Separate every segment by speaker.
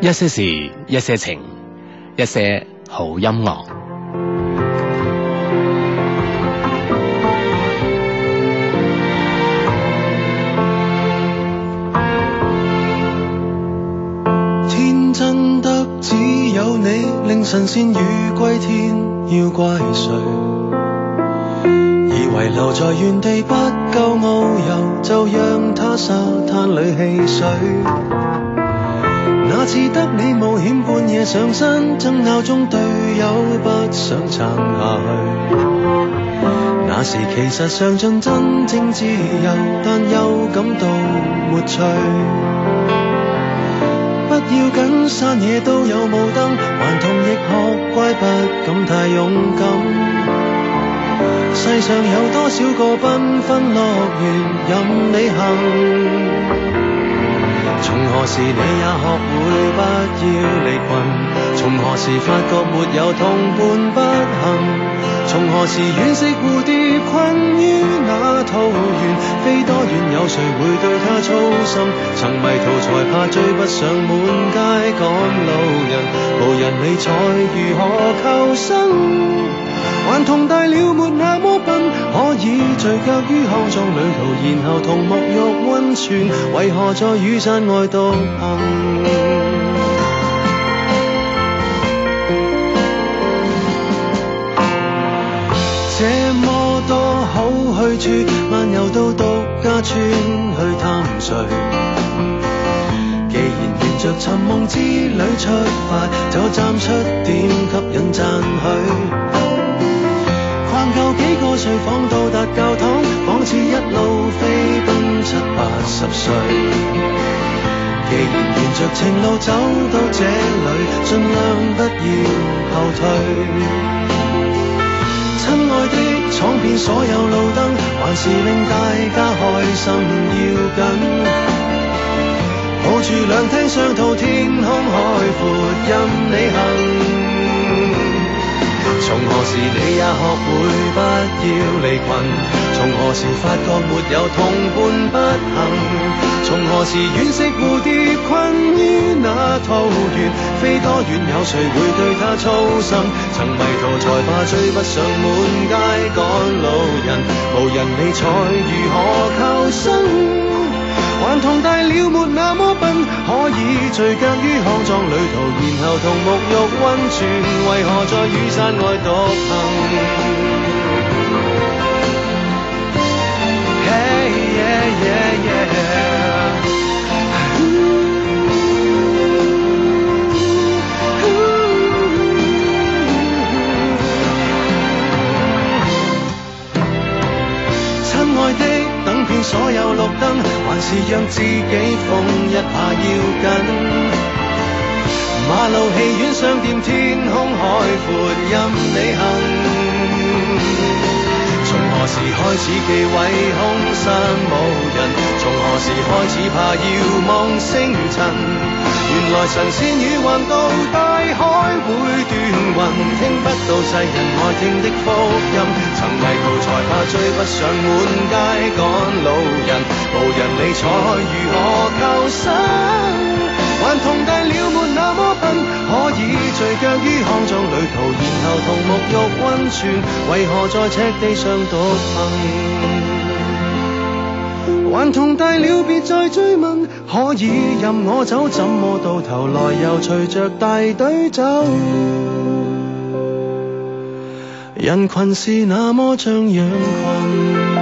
Speaker 1: 一些事，一些情，一些好音樂。
Speaker 2: 天真得只有你，令神仙魚歸天，要怪誰？以為留在原地不夠遨遊，就讓它沙灘裏戲水。哪次得你冒險半夜上山，爭拗中隊友不想撐下去。那時其實嘗盡真正自由，但又感到沒趣。不要緊，山野都有霧燈，頑童亦學乖，不敢太勇敢。世上有多少個繽紛樂園，任你行。從何時你也學會不要離群？從何時發覺沒有同伴不行？從何時惋惜蝴蝶困於那桃源？飛多遠有誰會對它操心？曾迷途才怕追不上滿街趕路人，無人理睬如何求生？頑童大了沒那麼笨，可以聚腳於康莊旅途，然後同沐浴温泉，為何在雨傘外獨行？這麼多好去處，漫遊到獨家村去探誰？既然沿着尋夢之旅出發，就站出點吸引讚許。逛夠幾個睡房到達教堂，仿似一路飛奔七八十歲。既然沿着情路走到這裏，盡量不要後退。親愛的，闖遍所有路燈，還是令大家開心要緊。抱住兩廳雙套，天空海闊，任你行。從何時你也學會不要離群？從何時發覺沒有同伴不行？從何時惋惜蝴蝶困於那桃源？飛多遠有誰會對它操心？曾迷途才怕追不上滿街趕路人，無人理睬如何求生？頑童大了沒那麼笨，可以聚腳於康莊旅途，然後同沐浴温泉，為何在雨傘外獨行？Hey, yeah, yeah, yeah. 親愛的，等遍所有綠燈，還是讓自己瘋一下要緊。馬路、戲院、商店、天空、海闊，任你行。從何時開始忌諱空山無人？從何時開始怕遙望星塵？原來神仙魚橫渡大海會斷雲，聽不到世人愛聽的福音。曾迷途才怕追不上滿街趕路人，無人理睬如何求生？頑童大了沒那麼笨，可以聚腳於康莊旅途，然後同沐浴温泉，為何在赤地上獨行？頑童大了，別再追問，可以任我走，怎麼到頭來又隨着大隊走？人群是那麼像羊群。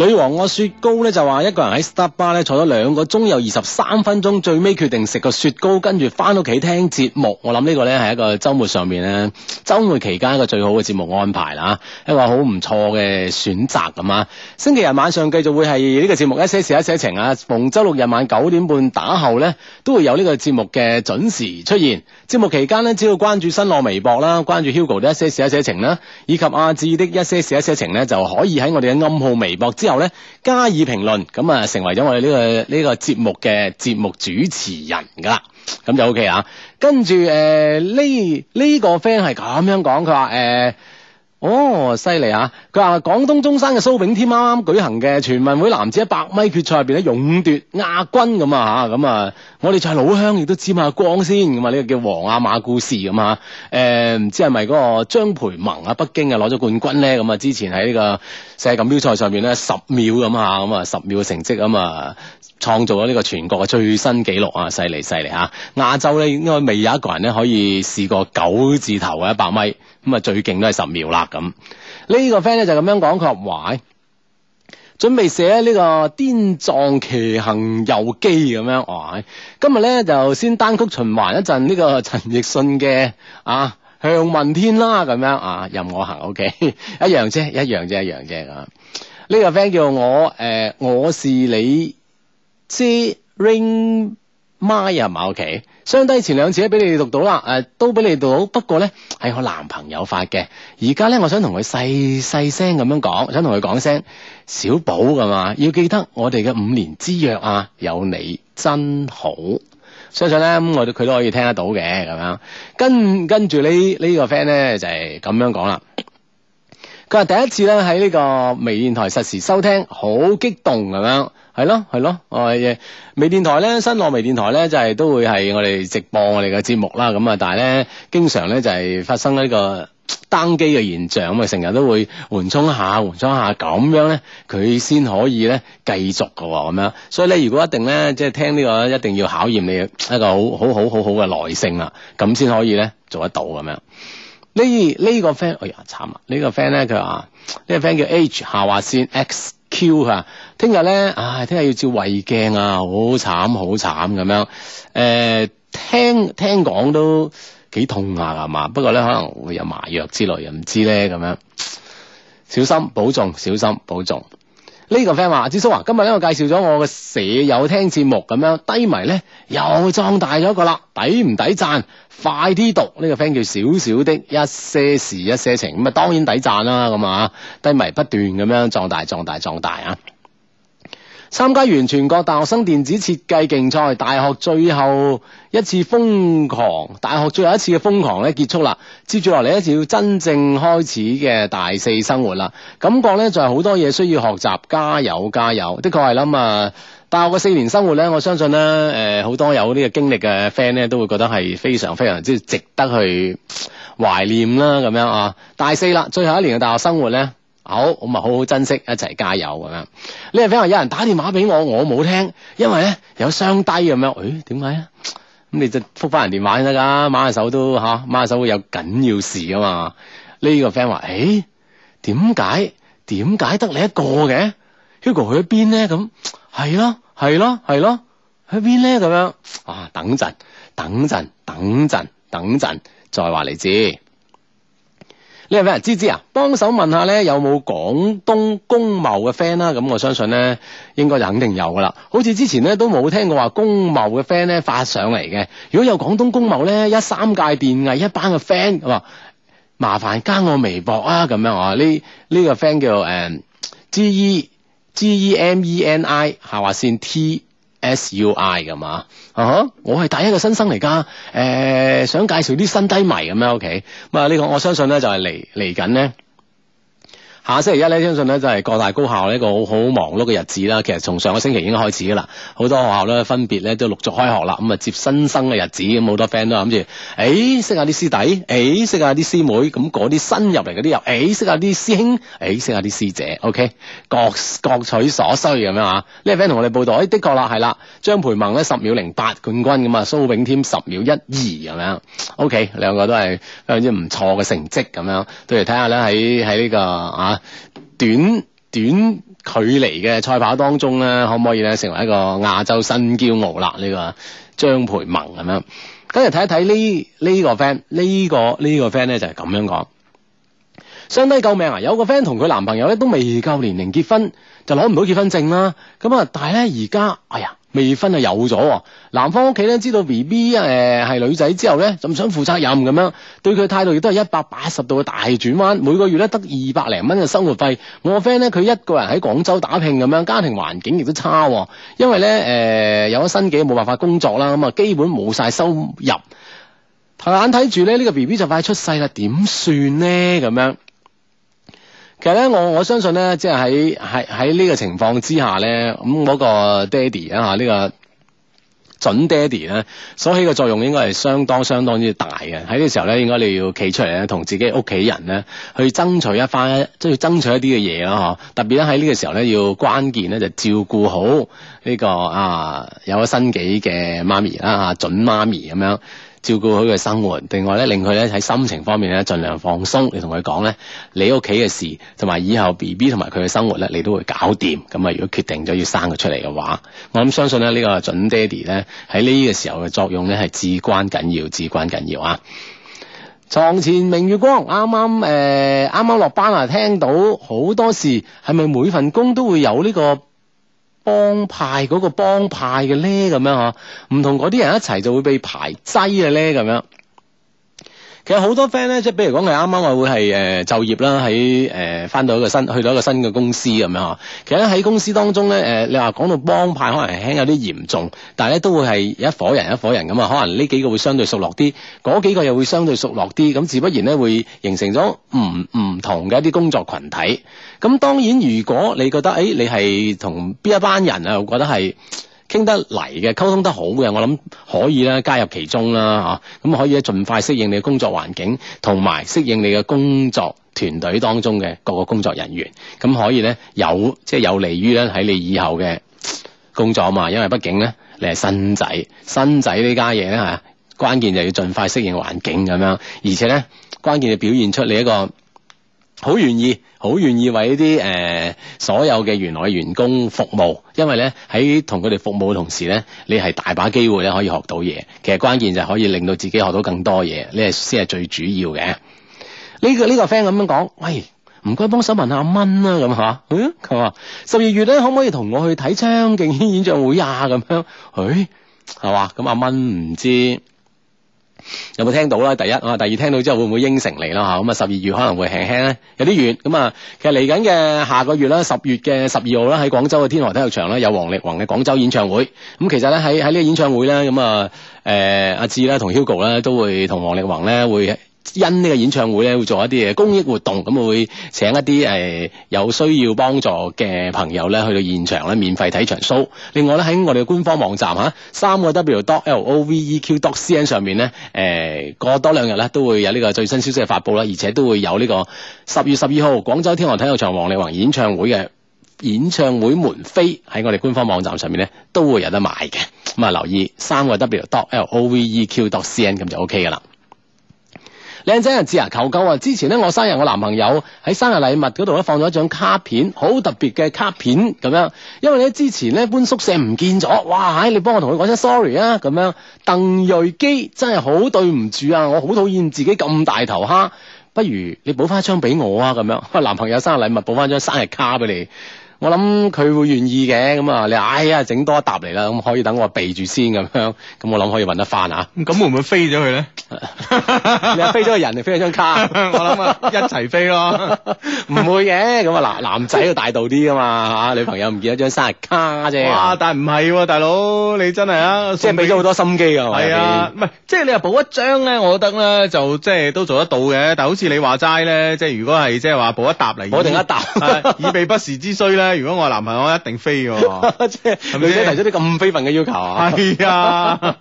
Speaker 3: 女王我雪糕咧就話一個人喺 Star Bar 咧坐咗兩個鐘有二十三分鐘，最尾決定食個雪糕，跟住翻屋企聽節目。我諗呢個咧係一個周末上面咧，周末期間一個最好嘅節目安排啦，一個好唔錯嘅選擇咁啊！星期日晚上繼續會係呢個節目一些事一些情啊，逢周六日晚九點半打後咧都會有呢個節目嘅準時出現。節目期間咧，只要關注新浪微博啦，關注 Hugo 的一些事一些情啦，以及阿志的一些事一些情咧，就可以喺我哋嘅暗號微博之之後咧，加以評論，咁啊成為咗我哋呢、個呢、個節目嘅節目主持人噶啦，咁就 OK 啊。跟住誒呢呢個 friend 係咁樣講，佢話誒。呃哦，犀利啊！佢話廣東中山嘅蘇炳添啱啱舉行嘅全運會男子一百米決賽入邊咧，勇奪亞軍咁啊吓，咁啊，我哋在老鄉亦都沾下光先咁啊，呢、個叫皇阿瑪故事咁啊，誒、唔知係咪嗰個張培萌啊，北京啊攞咗冠軍咧，咁啊，之前喺呢個世界錦標賽上面咧十秒咁啊，咁啊十秒嘅成績咁啊，創造咗呢個全國嘅最新紀錄啊，犀利犀利啊！亞洲咧應該未有一個人咧可以試過九字頭嘅一百米。咁啊最勁都係十秒啦咁。呢、個 friend 咧就咁樣講，佢話：，喂，準備寫呢個滇藏騎行遊記咁樣。哇！今日咧就先單曲循環一陣呢個陳奕迅嘅啊。向問天啦，咁樣啊，任我行，OK，一 樣啫，一樣啫，一樣啫咁。呢、個 friend 叫我誒、呃我是你知 Ring My 啊嘛，OK。相低前兩次咧俾你哋讀到啦，誒、都俾你哋讀到，不過咧係我男朋友發嘅。而家咧，我想同佢細細聲咁樣講，想同佢講聲小寶㗎嘛，要記得我哋嘅五年之約啊，有你真好。相信咧，咁我哋佢都可以聽得到嘅咁樣。跟跟住呢呢個 friend 咧就係、咁樣講啦。佢話第一次咧喺呢個微電台實時收聽，好激動咁樣，係咯係咯，哦我嘅微電台咧，新浪微電台咧就係、都會係我哋直播我哋嘅節目啦，咁啊，但係咧經常咧就係、發生呢、個。呃單機嘅現象咁啊，成日都會緩衝下、緩衝下咁樣咧，佢先可以咧繼續嘅喎咁樣。所以咧，如果一定咧，即係聽呢、個一定要考驗你一個好好好好好嘅耐性啦，咁先可以咧做得到咁樣。呢呢個 friend，哎呀慘啦！呢個 friend 咧佢話呢個 friend 叫 H 下劃線 X。Q 啊，聽日咧，唉，聽日要照胃鏡啊，好慘好慘咁樣。誒、呃聽聽講都幾痛下㗎嘛，不過咧可能會有麻藥之類，唔知咧咁樣。小心保重，小心保重。呢個 friend 話：，志叔啊，今日咧我介紹咗我嘅舍友聽節目咁樣，低迷咧又壯大咗一個啦，抵唔抵讚？快啲讀呢、個 friend 叫少少的一些事一些情，咁啊當然抵讚啦，咁啊低迷不斷咁樣壯大壯大壯大啊！參加完全國大學生電子設計競賽，大學最後一次瘋狂，大學最後一次嘅瘋狂咧結束啦。接住落嚟咧就要真正開始嘅大四生活啦。感覺咧就係好多嘢需要學習，加油加油！的確係諗啊，大學嘅四年生活咧，我相信咧，誒、好多有呢個經歷嘅 friend 咧都會覺得係非常非常之值得去懷念啦，咁樣啊。大四啦，最後一年嘅大學生活咧。好，咁啊咪好好珍惜，一齊加油咁樣。呢個 friend 話有人打電話俾我，我冇聽，因為咧有雙低咁樣。誒點解咧？啊咁你就覆翻人電話先得㗎，馬下手都吓，馬下手會有緊要事啊嘛。呢、個 friend 話：，誒、點解點解得你一個嘅？Hugo 去咗邊咧？咁係咯，係咯，係咯，去邊咧？咁樣啊，等陣，等陣，等陣，等陣，再話你知。呢位 friend 芝芝啊，幫手問下咧，有冇廣東工貿嘅 friend 啊啦？咁我相信咧，應該就肯定有噶啦。好似之前咧都冇聽過話工貿嘅 friend 咧發上嚟嘅。如果有廣東工貿咧一三屆電藝一班嘅 friend，話麻煩加我微博啊，咁樣啊。呢呢、個 friend 叫誒 G E G E M E N I 下劃線 T。S U I 咁啊，啊哈我係第一個新生嚟㗎，誒、想介紹啲新低迷咁樣，OK，咁啊呢個我相信咧就係嚟嚟緊咧。下星期一咧，相信咧就係各大高校呢一個好好忙碌嘅日子啦。其實從上個星期已經開始噶啦，好多學校咧分別咧都陸續開學啦。咁啊接新生嘅日子，咁好多 friend 都諗住，誒識下啲師弟，誒識下啲師妹，咁嗰啲新入嚟嗰啲又，誒識下啲師兄，誒識哎下啲師姐，OK，各各取所需咁樣啊。呢個 friend 同我哋報道，誒的確啦，係啦，張培萌咧十秒零八冠軍咁啊，蘇炳添十秒一二咁樣，OK，兩個都係非常之唔錯嘅成績咁樣。對嚟睇下咧喺喺呢個啊。短短距離嘅賽跑當中咧，可唔可以咧成為一個亞洲新驕傲啦？呢、個張培萌咁樣，跟住睇一睇呢呢個 friend，呢、個呢、個 friend 咧就係咁樣講。相低救命啊！有個 friend 同佢男朋友咧都未夠年齡結婚，就攞唔到結婚證啦。咁啊，但係咧而家，哎呀，未婚啊有咗喎，男方屋企咧知道 B B 啊誒係女仔之後咧，就唔想負責任咁樣，對佢態度亦都係一百八十度嘅大轉彎。每個月咧得二百零蚊嘅生活費。我個 friend 咧佢一個人喺廣州打拼咁樣，家庭環境亦都差喎，因為咧誒、有咗新嘅冇辦法工作啦，咁啊基本冇晒收入。眼睇住咧呢個 B B 就快出世啦，點算呢？咁樣？其實咧，我我相信咧，即係喺喺喺呢個情況之下咧，咁、嗰個爹哋啊，呢、個準爹哋咧，所起嘅作用應該係相當相當之大嘅。喺呢個時候咧，應該你要企出嚟咧，同自己屋企人咧去爭取一番，即係爭取一啲嘅嘢啦，嗬。特別咧喺呢個時候咧，要關鍵咧就照顧好呢、個啊有咗新幾嘅媽咪啦，嚇準媽咪咁樣。照顧佢嘅生活，另外咧令佢咧喺心情方面咧盡量放鬆。你同佢講咧，你屋企嘅事同埋以後 B B 同埋佢嘅生活咧，你都會搞掂。咁啊，如果決定咗要生佢出嚟嘅話，我諗相信咧呢、個準爹哋咧喺呢個時候嘅作用咧係至關緊要，至關緊要啊！床前明月光，啱啱誒啱啱落班啊，聽到好多事，係咪每份工都會有呢、個？幫派嗰個幫派嘅咧，咁樣嗬，唔同嗰啲人一齊就會被排擠嘅咧，咁樣。其實好多 friend 咧，即係比如講佢啱啱話會係誒、呃就業啦，喺誒翻到一個新去到一個新嘅公司咁樣嚇。其實喺公司當中咧，誒、你話講到幫派可能係輕有啲嚴重，但係咧都會係一伙人一伙人咁啊。可能呢幾個會相對熟絡啲，嗰幾個又會相對熟絡啲，咁自不然咧會形成咗唔唔同嘅一啲工作群體。咁當然，如果你覺得誒、哎你係同邊一班人啊，我覺得係。傾得嚟嘅，溝通得好嘅，我諗可以啦，加入其中啦嚇，咁、可以咧盡快適應你嘅工作環境，同埋適應你嘅工作團隊當中嘅各個工作人員，咁可以咧有即係有利於咧喺你以後嘅工作啊嘛，因為畢竟咧你係新仔，新仔呢家嘢咧嚇，關鍵就要盡快適應環境咁樣，而且咧關鍵就表現出你一個。好願意，好願意為呢啲誒所有嘅原來嘅員工服務，因為咧喺同佢哋服務嘅同時咧，你係大把機會咧可以學到嘢。其實關鍵就係可以令到自己學到更多嘢，呢係先係最主要嘅。呢、個呢、個 friend 咁樣講，喂。唔該，幫手問下阿蚊啦，咁嚇，嗯，佢話十二月咧可唔可以同我去睇張敬軒演唱會啊？咁樣，誒，係嘛？咁阿蚊唔知有冇聽到啦？第一啊，第二聽到之後會唔會應承你啦？嚇咁啊，十二月可能會輕輕咧有啲遠咁啊。其實嚟緊嘅下個月啦，十月嘅十二號啦，喺廣州嘅天河體育場咧有王力宏嘅廣州演唱會。咁其實咧喺喺呢個演唱會咧咁啊，誒阿志啦同 Hugo 咧都會同王力宏咧會。因呢個演唱會咧，會做一啲嘅公益活動，咁會請一啲誒、呃有需要幫助嘅朋友咧，去到現場咧免費睇場 show。另外咧喺我哋嘅官方網站嚇，三個 W dot L O V E Q dot C N 上面咧，誒、過多兩日咧都會有呢個最新消息嘅發布啦，而且都會有呢個十月十二號廣州天河體育場王力宏演唱會嘅。演唱會門飛喺我哋官方網站上面咧都會有得買嘅，咁啊留意三個 W dot L O V E Q dot C N 咁就 OK 噶啦。靚仔人志啊，求救啊！之前咧，我生日我男朋友喺生日禮物嗰度咧放咗一張卡片，好特別嘅卡片咁樣。因為咧之前咧搬宿舍唔見咗，哇！唉你幫我同佢講聲 sorry 啊，咁樣。鄧瑞基真係好對唔住啊，我好討厭自己咁大頭蝦，不如你補翻張俾我啊，咁樣。我男朋友生日禮物補翻張生日卡俾你。我諗佢會願意嘅，咁啊，你哎呀，整多一沓嚟啦，咁可以等我備住先咁樣，咁我諗可以揾得翻啊！
Speaker 4: 咁會唔會飛咗佢 咧？
Speaker 3: 你話飛咗個人定飛咗張卡？ 啊
Speaker 4: 我諗啊，一齊飛咯。
Speaker 3: 唔會嘅，咁啊男男仔要大度啲噶嘛嚇，女朋友唔見咗張生日卡啫，
Speaker 4: 哇！但係唔係喎，大佬你真係啊，
Speaker 3: 即係俾咗好多心機噶，
Speaker 4: 係啊，唔係即係你話補一張咧，我覺得咧就即係都做得到嘅。但係好似你話齋咧，即係如果係即係話補一沓嚟，
Speaker 3: 我定一沓
Speaker 4: 係以備不時之需咧。如果我係男朋友，我一定 飛喎。
Speaker 3: 入邊， 即係女仔提出啲咁非分嘅要求啊，
Speaker 4: 係啊，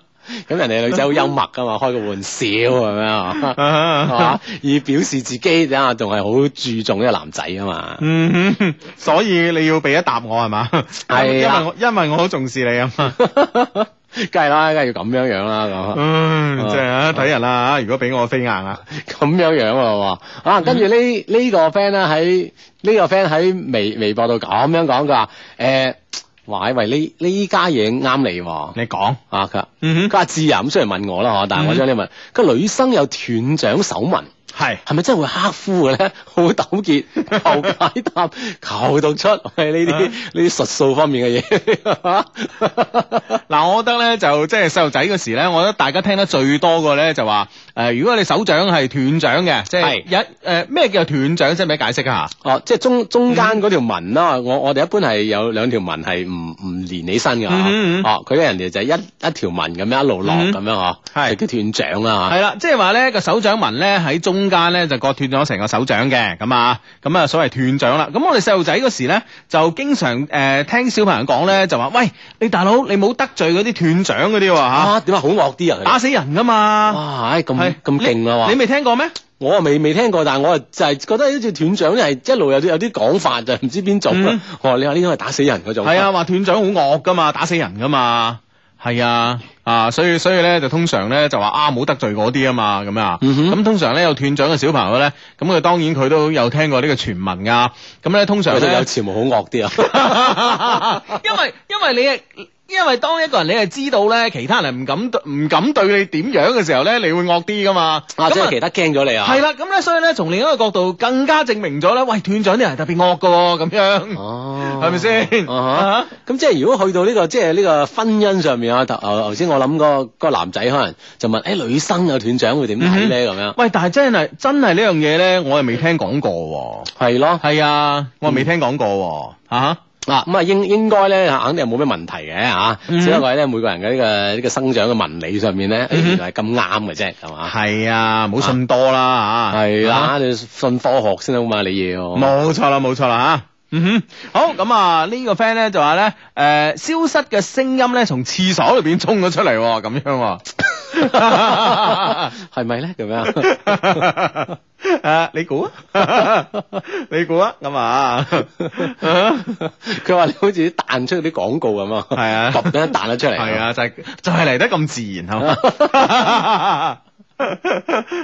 Speaker 3: 咁人哋女仔好幽默噶嘛，開個玩笑咁樣 啊。係
Speaker 4: 啊
Speaker 3: 嘛？以表示自己啊，仲係好注重呢個男仔啊嘛。
Speaker 4: 嗯哼，所以你要俾一答我係嘛？因
Speaker 3: 係
Speaker 4: 為
Speaker 3: 啊
Speaker 4: 我因為我好重視你啊 嘛。
Speaker 3: 梗係啦，梗係要咁樣樣啦，咁啊
Speaker 4: 嗯，真係
Speaker 3: 哦
Speaker 4: 啊，睇人啦。如果俾我飛硬啊，
Speaker 3: 咁樣樣喎。啊，跟住呢呢個 friend 咧喺呢個 friend 喺微微博度咁樣講，佢話誒，哇！喂，呢呢家嘢啱你喎。
Speaker 4: 你講。
Speaker 3: 啊，佢話
Speaker 4: 嗯
Speaker 3: 佢話智啊，咁雖然問我啦，嗬，但係我將呢問，佢話女生有斷掌手紋，
Speaker 4: 哼，係
Speaker 3: 係咪真係會克夫嘅咧？ 好糾結，求解答，求讀出，係呢啲呢啲術數方面嘅嘢。
Speaker 4: 嗱，我覺得咧就即係細路仔嗰時咧，我覺得大家聽得最多嘅咧就話誒、如果你手掌係斷掌嘅，即係
Speaker 3: 係
Speaker 4: 一誒呃咩叫斷掌，使唔使解釋一啊下？
Speaker 3: 哦，即係中中
Speaker 4: 嗯
Speaker 3: 間嗰條紋啦，我我哋一般係有兩條紋係唔唔連起身㗎
Speaker 4: 嗯嗯嗯
Speaker 3: 哦，佢咧人哋就係一一條紋咁樣一路落
Speaker 4: 嗯
Speaker 3: 咁樣嗬，
Speaker 4: 係
Speaker 3: 就叫斷掌啦哦
Speaker 4: 係啦，即係話咧個手掌紋咧喺中間咧就割斷咗成個手掌嘅，咁啊，咁啊所謂斷掌啦。咁我哋細路仔嗰時咧就經常誒、呃、聽小朋友講咧就話，喂，你大佬你冇得罪嗰啲斷掌嗰啲
Speaker 3: 嚇。
Speaker 4: 喎嚇，
Speaker 3: 啊，點解好惡啲啊？佢哋
Speaker 4: 打死人噶嘛，
Speaker 3: 哇，唉，咁
Speaker 4: 係
Speaker 3: 咁勁啊！哇
Speaker 4: 你未聽過咩？
Speaker 3: 我啊未未聽過，但係我啊就係覺得呢隻斷掌咧係一路有啲有啲講法，就唔知邊種
Speaker 4: 嗯
Speaker 3: 啊。哦，你話呢種係打死人嗰種，
Speaker 4: 係啊，話斷掌好惡噶嘛，打死人噶嘛。係啊，啊，所以所以咧就通常咧就話啊，冇得罪嗰啲啊嘛，咁啊，
Speaker 3: 嗯
Speaker 4: 咁、
Speaker 3: 哼
Speaker 4: 通常咧有斷掌嘅小朋友咧，咁佢當然佢都有聽過呢個傳聞啊，咁咧通常
Speaker 3: 佢哋
Speaker 4: 咧
Speaker 3: 有，詞目好惡啲啊。
Speaker 4: 因為因為你係因為當一個人你係知道咧，其他人係唔敢唔敢對你點樣嘅時候咧，你會惡啲噶嘛，
Speaker 3: 啊，即
Speaker 4: 咁
Speaker 3: 係其他驚咗你啊。
Speaker 4: 係啦，咁咧所以咧從另一個角度更加證明咗咧，喂斷掌啲人係特別惡噶喎，咁樣
Speaker 3: 哦，
Speaker 4: 係咪先？
Speaker 3: 啊
Speaker 4: 啊
Speaker 3: 咁即係如果去到呢、個即係呢個婚姻上面啊，頭頭頭先我諗個個男仔可能就問：誒、女生有斷掌會點睇咧？咁、樣
Speaker 4: 喂，但係真係真係呢樣嘢咧，我係未聽講過喎。
Speaker 3: 係咯，
Speaker 4: 係啊，嗯我係未聽講過喎。嚇
Speaker 3: 嗱咁啊應應該咧肯定係冇咩問題嘅嚇，
Speaker 4: 嗯
Speaker 3: 只不過咧每個人嘅呢、個呢、個生長嘅紋理上面咧，誒、
Speaker 4: 嗯哼
Speaker 3: 原來係咁啱嘅啫，係嘛？
Speaker 4: 係啊，唔好信多啦嚇。
Speaker 3: 係
Speaker 4: 啊
Speaker 3: 啦，你信科學先好嘛，你要
Speaker 4: 冇錯啦，冇錯啦吓。嗯哼，好咁啊！呢個 friend 咧就話咧，誒，消失嘅聲音咧從廁所裏邊衝咗出嚟喎，咁樣喎。
Speaker 3: 係咪咧？咁樣
Speaker 4: 啊，你估啊？ 你估啊？咁 啊？
Speaker 3: 佢話你好似彈出啲廣告咁啊，
Speaker 4: 係 啊
Speaker 3: 咁樣彈咗出嚟，
Speaker 4: 係，啊，就係、就係、嚟得咁自然，係 嘛？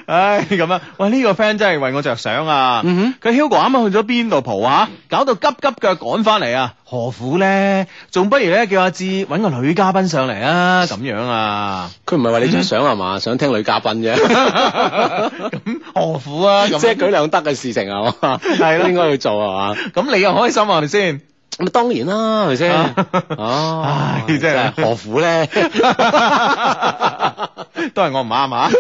Speaker 4: 唉，咁啊，喂，呢、個 friend 真係為我着想啊！佢、
Speaker 3: 嗯
Speaker 4: Hugo 啱啱去咗邊度蒲啊，搞到急急腳趕翻嚟啊，何苦咧？仲不如咧叫阿志揾個女嘉賓上 嚟啊，咁樣啊，
Speaker 3: 佢唔係為你着想係
Speaker 4: 嗯
Speaker 3: 嘛，想聽女嘉賓 啫。
Speaker 4: 啊咁何苦啊？咁
Speaker 3: 即係舉兩得嘅事情係嘛，
Speaker 4: 係啦
Speaker 3: 應該要做係嘛。
Speaker 4: 咁你又開心啊，係咪 先？
Speaker 3: 咁當然啦，係咪先？
Speaker 4: 啊唉
Speaker 3: 啊，
Speaker 4: 真係
Speaker 3: 係何苦咧？
Speaker 4: 都係我唔啱啊！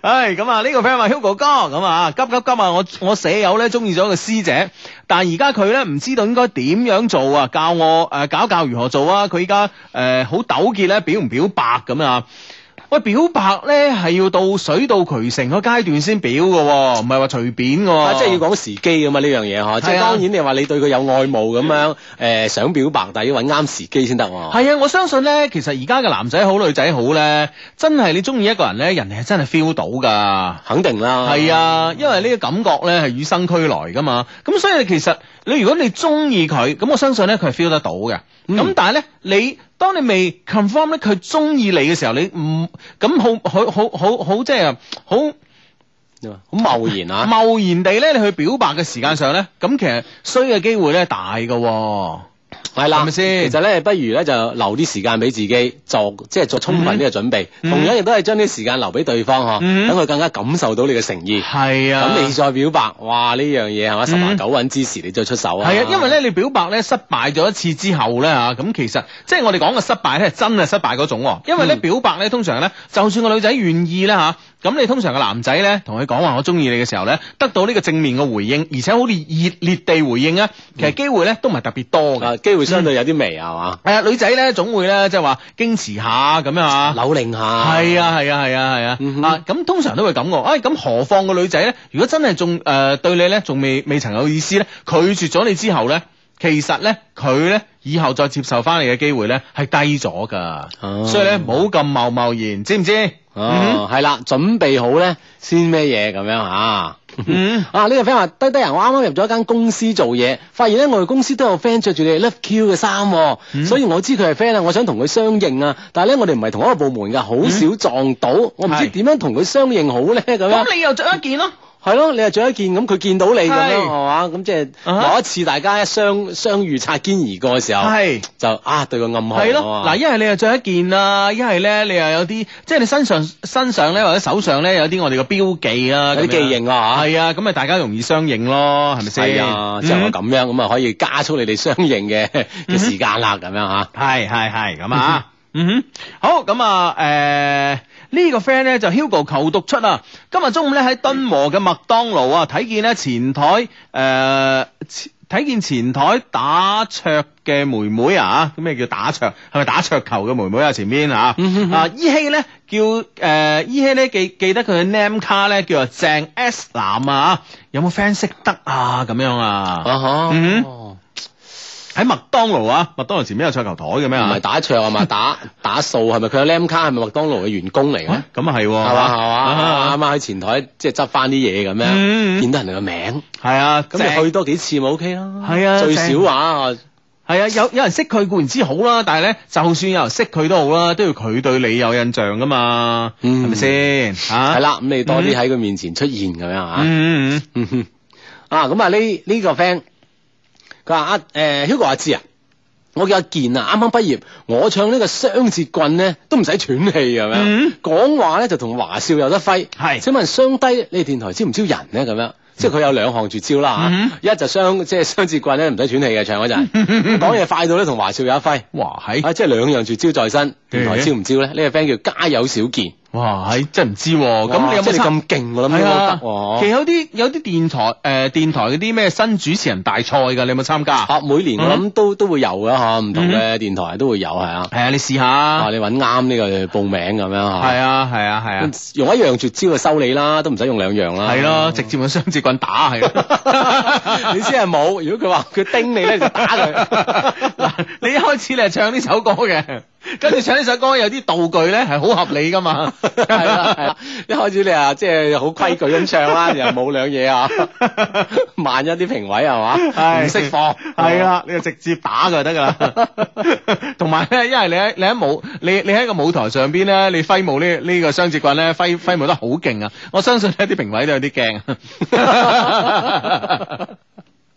Speaker 4: 唉，咁啊，呢個 friend 話 Hugo 哥咁啊，急急急啊！我我舍友咧中意咗個師姐，但係而家佢咧唔知道應該點樣做啊，教我誒、呃搞教如何做啊！佢而家誒好糾結咧，表唔表白咁啊？喂，表白咧係要到水到渠成個階段先表嘅、喎，唔係話隨便嘅、喎
Speaker 3: 啊，即係要講時機咁啊呢樣嘢嗬，即
Speaker 4: 係
Speaker 3: 係
Speaker 4: 啊嗯
Speaker 3: 當然你話你對佢有愛慕咁樣，誒想表白，但係要揾啱時機先得喎。
Speaker 4: 係啊，我相信咧，其實而家嘅男仔好，女仔好咧，真係你中意一個人咧，人哋係真係 feel 到噶。
Speaker 3: 肯定啦。
Speaker 4: 係啊，因為呢個感覺咧係與生俱來噶嘛，咁所以其實你如果你中意佢，咁我相信咧佢係 feel 得到嘅。咁、
Speaker 3: 嗯
Speaker 4: 但係咧，你當你未 confirm 咧佢中意你嘅時候，你唔咁好好好好好即係好
Speaker 3: 好貿然啊，
Speaker 4: 貿然地咧，你去表白嘅時間上咧，咁其實衰嘅機會咧大嘅喎、
Speaker 3: 係啦，
Speaker 4: 係咪先
Speaker 3: 其實咧，不如咧就留啲時間俾自己，做即係做充分啲嘅準備。
Speaker 4: 嗯
Speaker 3: 同樣亦都係將啲時間留俾對方嗬，
Speaker 4: 嗯
Speaker 3: 等佢更加感受到你嘅誠意。
Speaker 4: 係啊。
Speaker 3: 咁你再表白，哇！呢樣嘢係嘛，十拿
Speaker 4: 嗯
Speaker 3: 九穩之時你再出手啊。
Speaker 4: 係啊，因為咧你表白咧失敗咗一次之後咧嚇，咁其實即係我哋講嘅失敗咧係真係失敗嗰種喎，因為咧、表白咧通常咧就算個女仔願意咧嚇，咁你通常個男仔咧同佢講話我中意你嘅時候咧，得到呢個正面嘅回應，而且好熱熱烈地回應咧，啊其實機會咧都唔係特別多嘅。
Speaker 3: 啊，機會相對有啲微係嘛，
Speaker 4: 係啊，女仔咧總會咧即係話矜持下咁樣啊。
Speaker 3: 扭擰下。
Speaker 4: 係啊係啊係啊係啊
Speaker 3: 嗯哼
Speaker 4: 啊！咁通常都會咁嘅，哎咁何況個女仔咧，如果真係仲誒對你咧仲未未曾有意思咧，拒絕咗你之後咧，其實咧佢咧以後再接受翻你嘅機會咧係低咗㗎，
Speaker 3: 哦
Speaker 4: 所以咧唔好咁貿貿然，知唔嗯知？
Speaker 3: 哦，係啦，準備好咧先咩嘢咁樣吓。
Speaker 4: 嗯，
Speaker 3: 啊！呢、個 friend 話：低低人，我啱啱入咗一間公司做嘢，發現咧我哋公司都有 friend 着住你哋 Love Q 嘅衫、喎，
Speaker 4: 嗯
Speaker 3: 所以我知佢係 friend 啊，我想同佢相認啊，但係咧我哋唔係同一個部門㗎，好少撞到，我唔知
Speaker 4: 嗯係
Speaker 3: 點樣同佢相認好咧咁樣。
Speaker 4: 咁你又着一件咯，
Speaker 3: 係咯，你係着一件咁，佢見到你咁樣
Speaker 4: 係
Speaker 3: 係嘛？咁即係
Speaker 4: 啊哈
Speaker 3: 某一次大家一相相遇擦肩而過嘅時候，
Speaker 4: 係。
Speaker 3: 就啊對個暗號
Speaker 4: 係咯，嗱，一係你又着一件啊，一係咧你又有啲，即係你身上身上咧或者手上咧有啲我哋嘅標記啊，
Speaker 3: 有啲記認啊嚇。
Speaker 4: 系啊，咁咪大家容易相應咯，係咪先？嗯
Speaker 3: 係啊，即係我咁樣咁啊，可以加速你哋相應嘅嘅時間啦，咁樣嚇。
Speaker 4: 系系系咁啊。嗯哼，好咁啊，诶、呢、個 friend 咧就 Hugo 求讀出啊，今日中午咧喺敦和嘅麥當勞啊，睇見咧前台诶。前睇見前台打桌嘅妹妹啊，咁咩叫打桌？係咪打桌球嘅妹妹啊？前面啊，
Speaker 3: 嗯
Speaker 4: 啊依希咧叫誒、呃依希咧記記得佢嘅 name 卡咧叫做鄭 S 男啊，有冇 friend 識得啊？咁樣啊？
Speaker 3: 啊哈
Speaker 4: 嗯
Speaker 3: 哦
Speaker 4: 喺麥當勞啊，麥當勞前面有桌球台嘅咩
Speaker 3: 唔
Speaker 4: 啊
Speaker 3: 係？打桌係 咪打打數係咪？佢有 lam 卡係咪麥當勞嘅員工嚟嘅？係
Speaker 4: 喂
Speaker 3: 嘛
Speaker 4: 咁啊係喎，
Speaker 3: 係嘛，
Speaker 4: 啊
Speaker 3: 啱啱喺前台即係執翻啲嘢咁
Speaker 4: 嗯嗯
Speaker 3: 樣，見到人哋個名，
Speaker 4: 係啊，咁
Speaker 3: 咁你
Speaker 4: 你
Speaker 3: 去
Speaker 4: 去
Speaker 3: 多幾次咪 OK 啦。
Speaker 4: 係啊
Speaker 3: 最
Speaker 4: 正
Speaker 3: 少話
Speaker 4: 係啊，有有人識佢固然之好啦，但係咧，就算有人識佢都好啦，都要佢對你有印象噶嘛，
Speaker 3: 嗯
Speaker 4: 係咪先嚇？
Speaker 3: 係，啦，咁你多啲
Speaker 4: 嗯
Speaker 3: 喺佢面前出現咁樣啊。
Speaker 4: 嗯嗯
Speaker 3: 嗯哼，啊咁啊呢呢個 friend，佢話啊誒 Hugo 阿志啊，我叫阿健啊，啱啱畢業，我唱呢個雙節棍咧都唔使喘氣咁
Speaker 4: 嗯
Speaker 3: 樣，講話咧就同華少有得揮。
Speaker 4: 係嗯
Speaker 3: 請問雙低你哋電台招唔招人咧咁樣？即係佢有兩項絕招啦嚇，一就雙 即係雙節棍咧唔使喘氣嘅唱嗰陣，講嘢快到咧同華少有一揮，
Speaker 4: 嗯，哇係，
Speaker 3: 啊即係兩樣絕招在身，電台招唔招咧？呢個 friend 叫家有小健，
Speaker 4: 哇係，真係唔知喎，哦咁
Speaker 3: 哇
Speaker 4: 你有
Speaker 3: 即係
Speaker 4: 冇
Speaker 3: 你
Speaker 4: 參
Speaker 3: 咁勁？我諗應
Speaker 4: 係
Speaker 3: 該
Speaker 4: 啊
Speaker 3: 得喎，
Speaker 4: 其實有啲有啲電台誒電台嗰啲咩新主持人大賽㗎，你有冇參加？係
Speaker 3: 啊，每年我
Speaker 4: 嗯
Speaker 3: 諗都都會有嘅嚇，唔同嘅電台都會有係啊。
Speaker 4: 啊，你試
Speaker 3: 啊，
Speaker 4: 下，
Speaker 3: 你揾啱呢個報名咁樣
Speaker 4: 係
Speaker 3: 嚇，
Speaker 4: 啊係啊係啊。
Speaker 3: 用一樣絕招就收你啦，都唔使用兩樣啦。
Speaker 4: 係咯，直接用雙節棍打係咯。
Speaker 3: 你先係冇。如果佢話佢叮你咧，就打 佢。
Speaker 4: 嗱，你一開始你係唱呢首歌嘅，跟住唱呢首歌有啲道具咧係好合理噶 嘛，
Speaker 3: 係啦係啦，一開始你啊，即係好規矩咁唱啦，又冇兩嘢 啊。萬一啲評委係嘛，唔識放，
Speaker 4: 係。啦，你就直接打就得噶啦。哦 同埋咧，因為你喺你喺舞，你你喺個舞台上邊咧，你揮舞呢呢個雙節棍咧，揮揮舞得好勁啊！我相信呢啲評委都有啲 驚。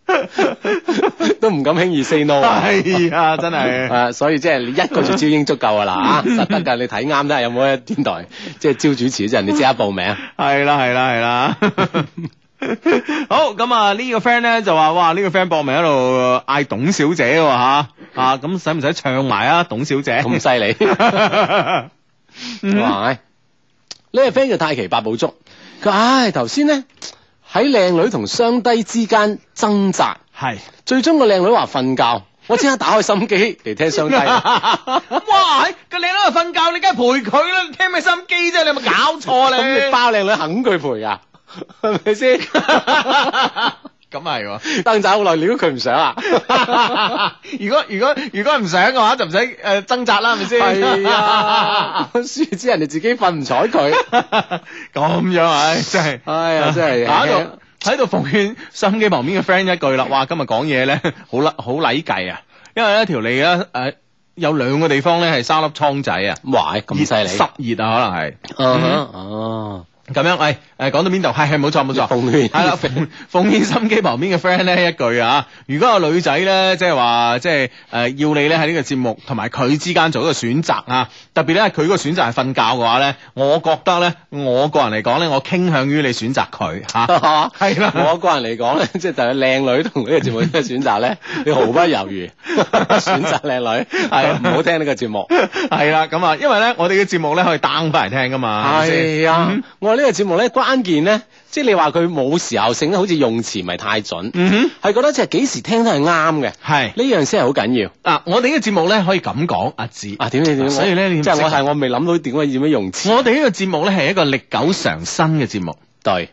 Speaker 3: 都唔敢輕易 say no 啊。
Speaker 4: 係啊，真 係。
Speaker 3: 誒，所以即係你一個絕招已經足夠噶 啦，嚇實得㗎。你睇啱啦，有冇喺電台即係招主持嗰陣，你即刻報名。啊
Speaker 4: 系啦系啦系啦。 好咁啊！呢個 friend 咧就話：哇！呢、個 friend 搏命喺度嗌董小姐喎吓啊！咁使唔使唱埋啊？董小姐
Speaker 3: 咁犀利。
Speaker 4: 嗯
Speaker 3: 哇！哎呢個 friend 叫太奇八寶粥，佢話唉頭先咧喺靚女同雙低之間掙扎，
Speaker 4: 係
Speaker 3: 最終個靚女話瞓覺，我即刻打開心機嚟聽 雙低。
Speaker 4: 哇！個靚女瞓覺，你梗係陪佢啦！你聽咩心機啫？你有冇搞錯
Speaker 3: 咁你包靚女肯佢陪㗎， 係咪 先？
Speaker 4: 咁係喎。
Speaker 3: 凳仔好耐，料佢唔想啊！
Speaker 4: 啊如果如果如果唔想嘅話，就唔使誒掙扎啦，係咪先？
Speaker 3: 係 啊，殊知人哋自己瞓唔睬佢。
Speaker 4: 咁樣唉，真係，
Speaker 3: 哎呀真係
Speaker 4: 啊喺度喺度奉勸收音機旁邊嘅 friend 一句啦，哇！今日講嘢咧， 好甩好禮計啊，因為咧條脷咧誒有兩個地方咧係三粒瘡仔啊，
Speaker 3: 哇！咁犀利，
Speaker 4: 濕熱啊，可能係。
Speaker 3: 嗯哼哦，
Speaker 4: 咁樣，誒誒講到邊度？係係冇錯冇錯，
Speaker 3: 奉勸
Speaker 4: 係啦，奉奉獻心機旁邊嘅 friend 咧一句啊，如果有女仔咧，即係話即係誒、呃要你咧喺呢個節目同埋佢之間做一個選擇啊，特別咧佢個選擇係瞓覺嘅話咧，我覺得咧我個人嚟講咧，我傾向於你選擇佢嚇，
Speaker 3: 哦
Speaker 4: 係啦
Speaker 3: 我個人嚟講咧， 即係就係靚女同呢個節目嘅選擇 咧，你毫不猶豫選擇靚女，係啊唔好聽呢個節目。
Speaker 4: 係啦，咁啊，因為咧我哋嘅節目咧可以 down 翻嚟聽噶嘛， 係咪先
Speaker 3: 係啊，我話呢個節目咧，關鍵咧，即係你話佢冇時候性咧，好似用詞唔係太準，
Speaker 4: 嗯
Speaker 3: 係覺得即係幾時聽都係啱嘅，
Speaker 4: 哼，係
Speaker 3: 呢樣先係好緊要。
Speaker 4: 嗱、我哋呢個節目咧可以咁講，阿志。
Speaker 3: 啊，點點點，
Speaker 4: 所以咧你唔
Speaker 3: 我即係
Speaker 4: 識
Speaker 3: 我
Speaker 4: 啊
Speaker 3: 係我未諗到點解點樣用詞。
Speaker 4: 我哋呢個節目咧係一個歷久常新嘅節目，
Speaker 3: 對，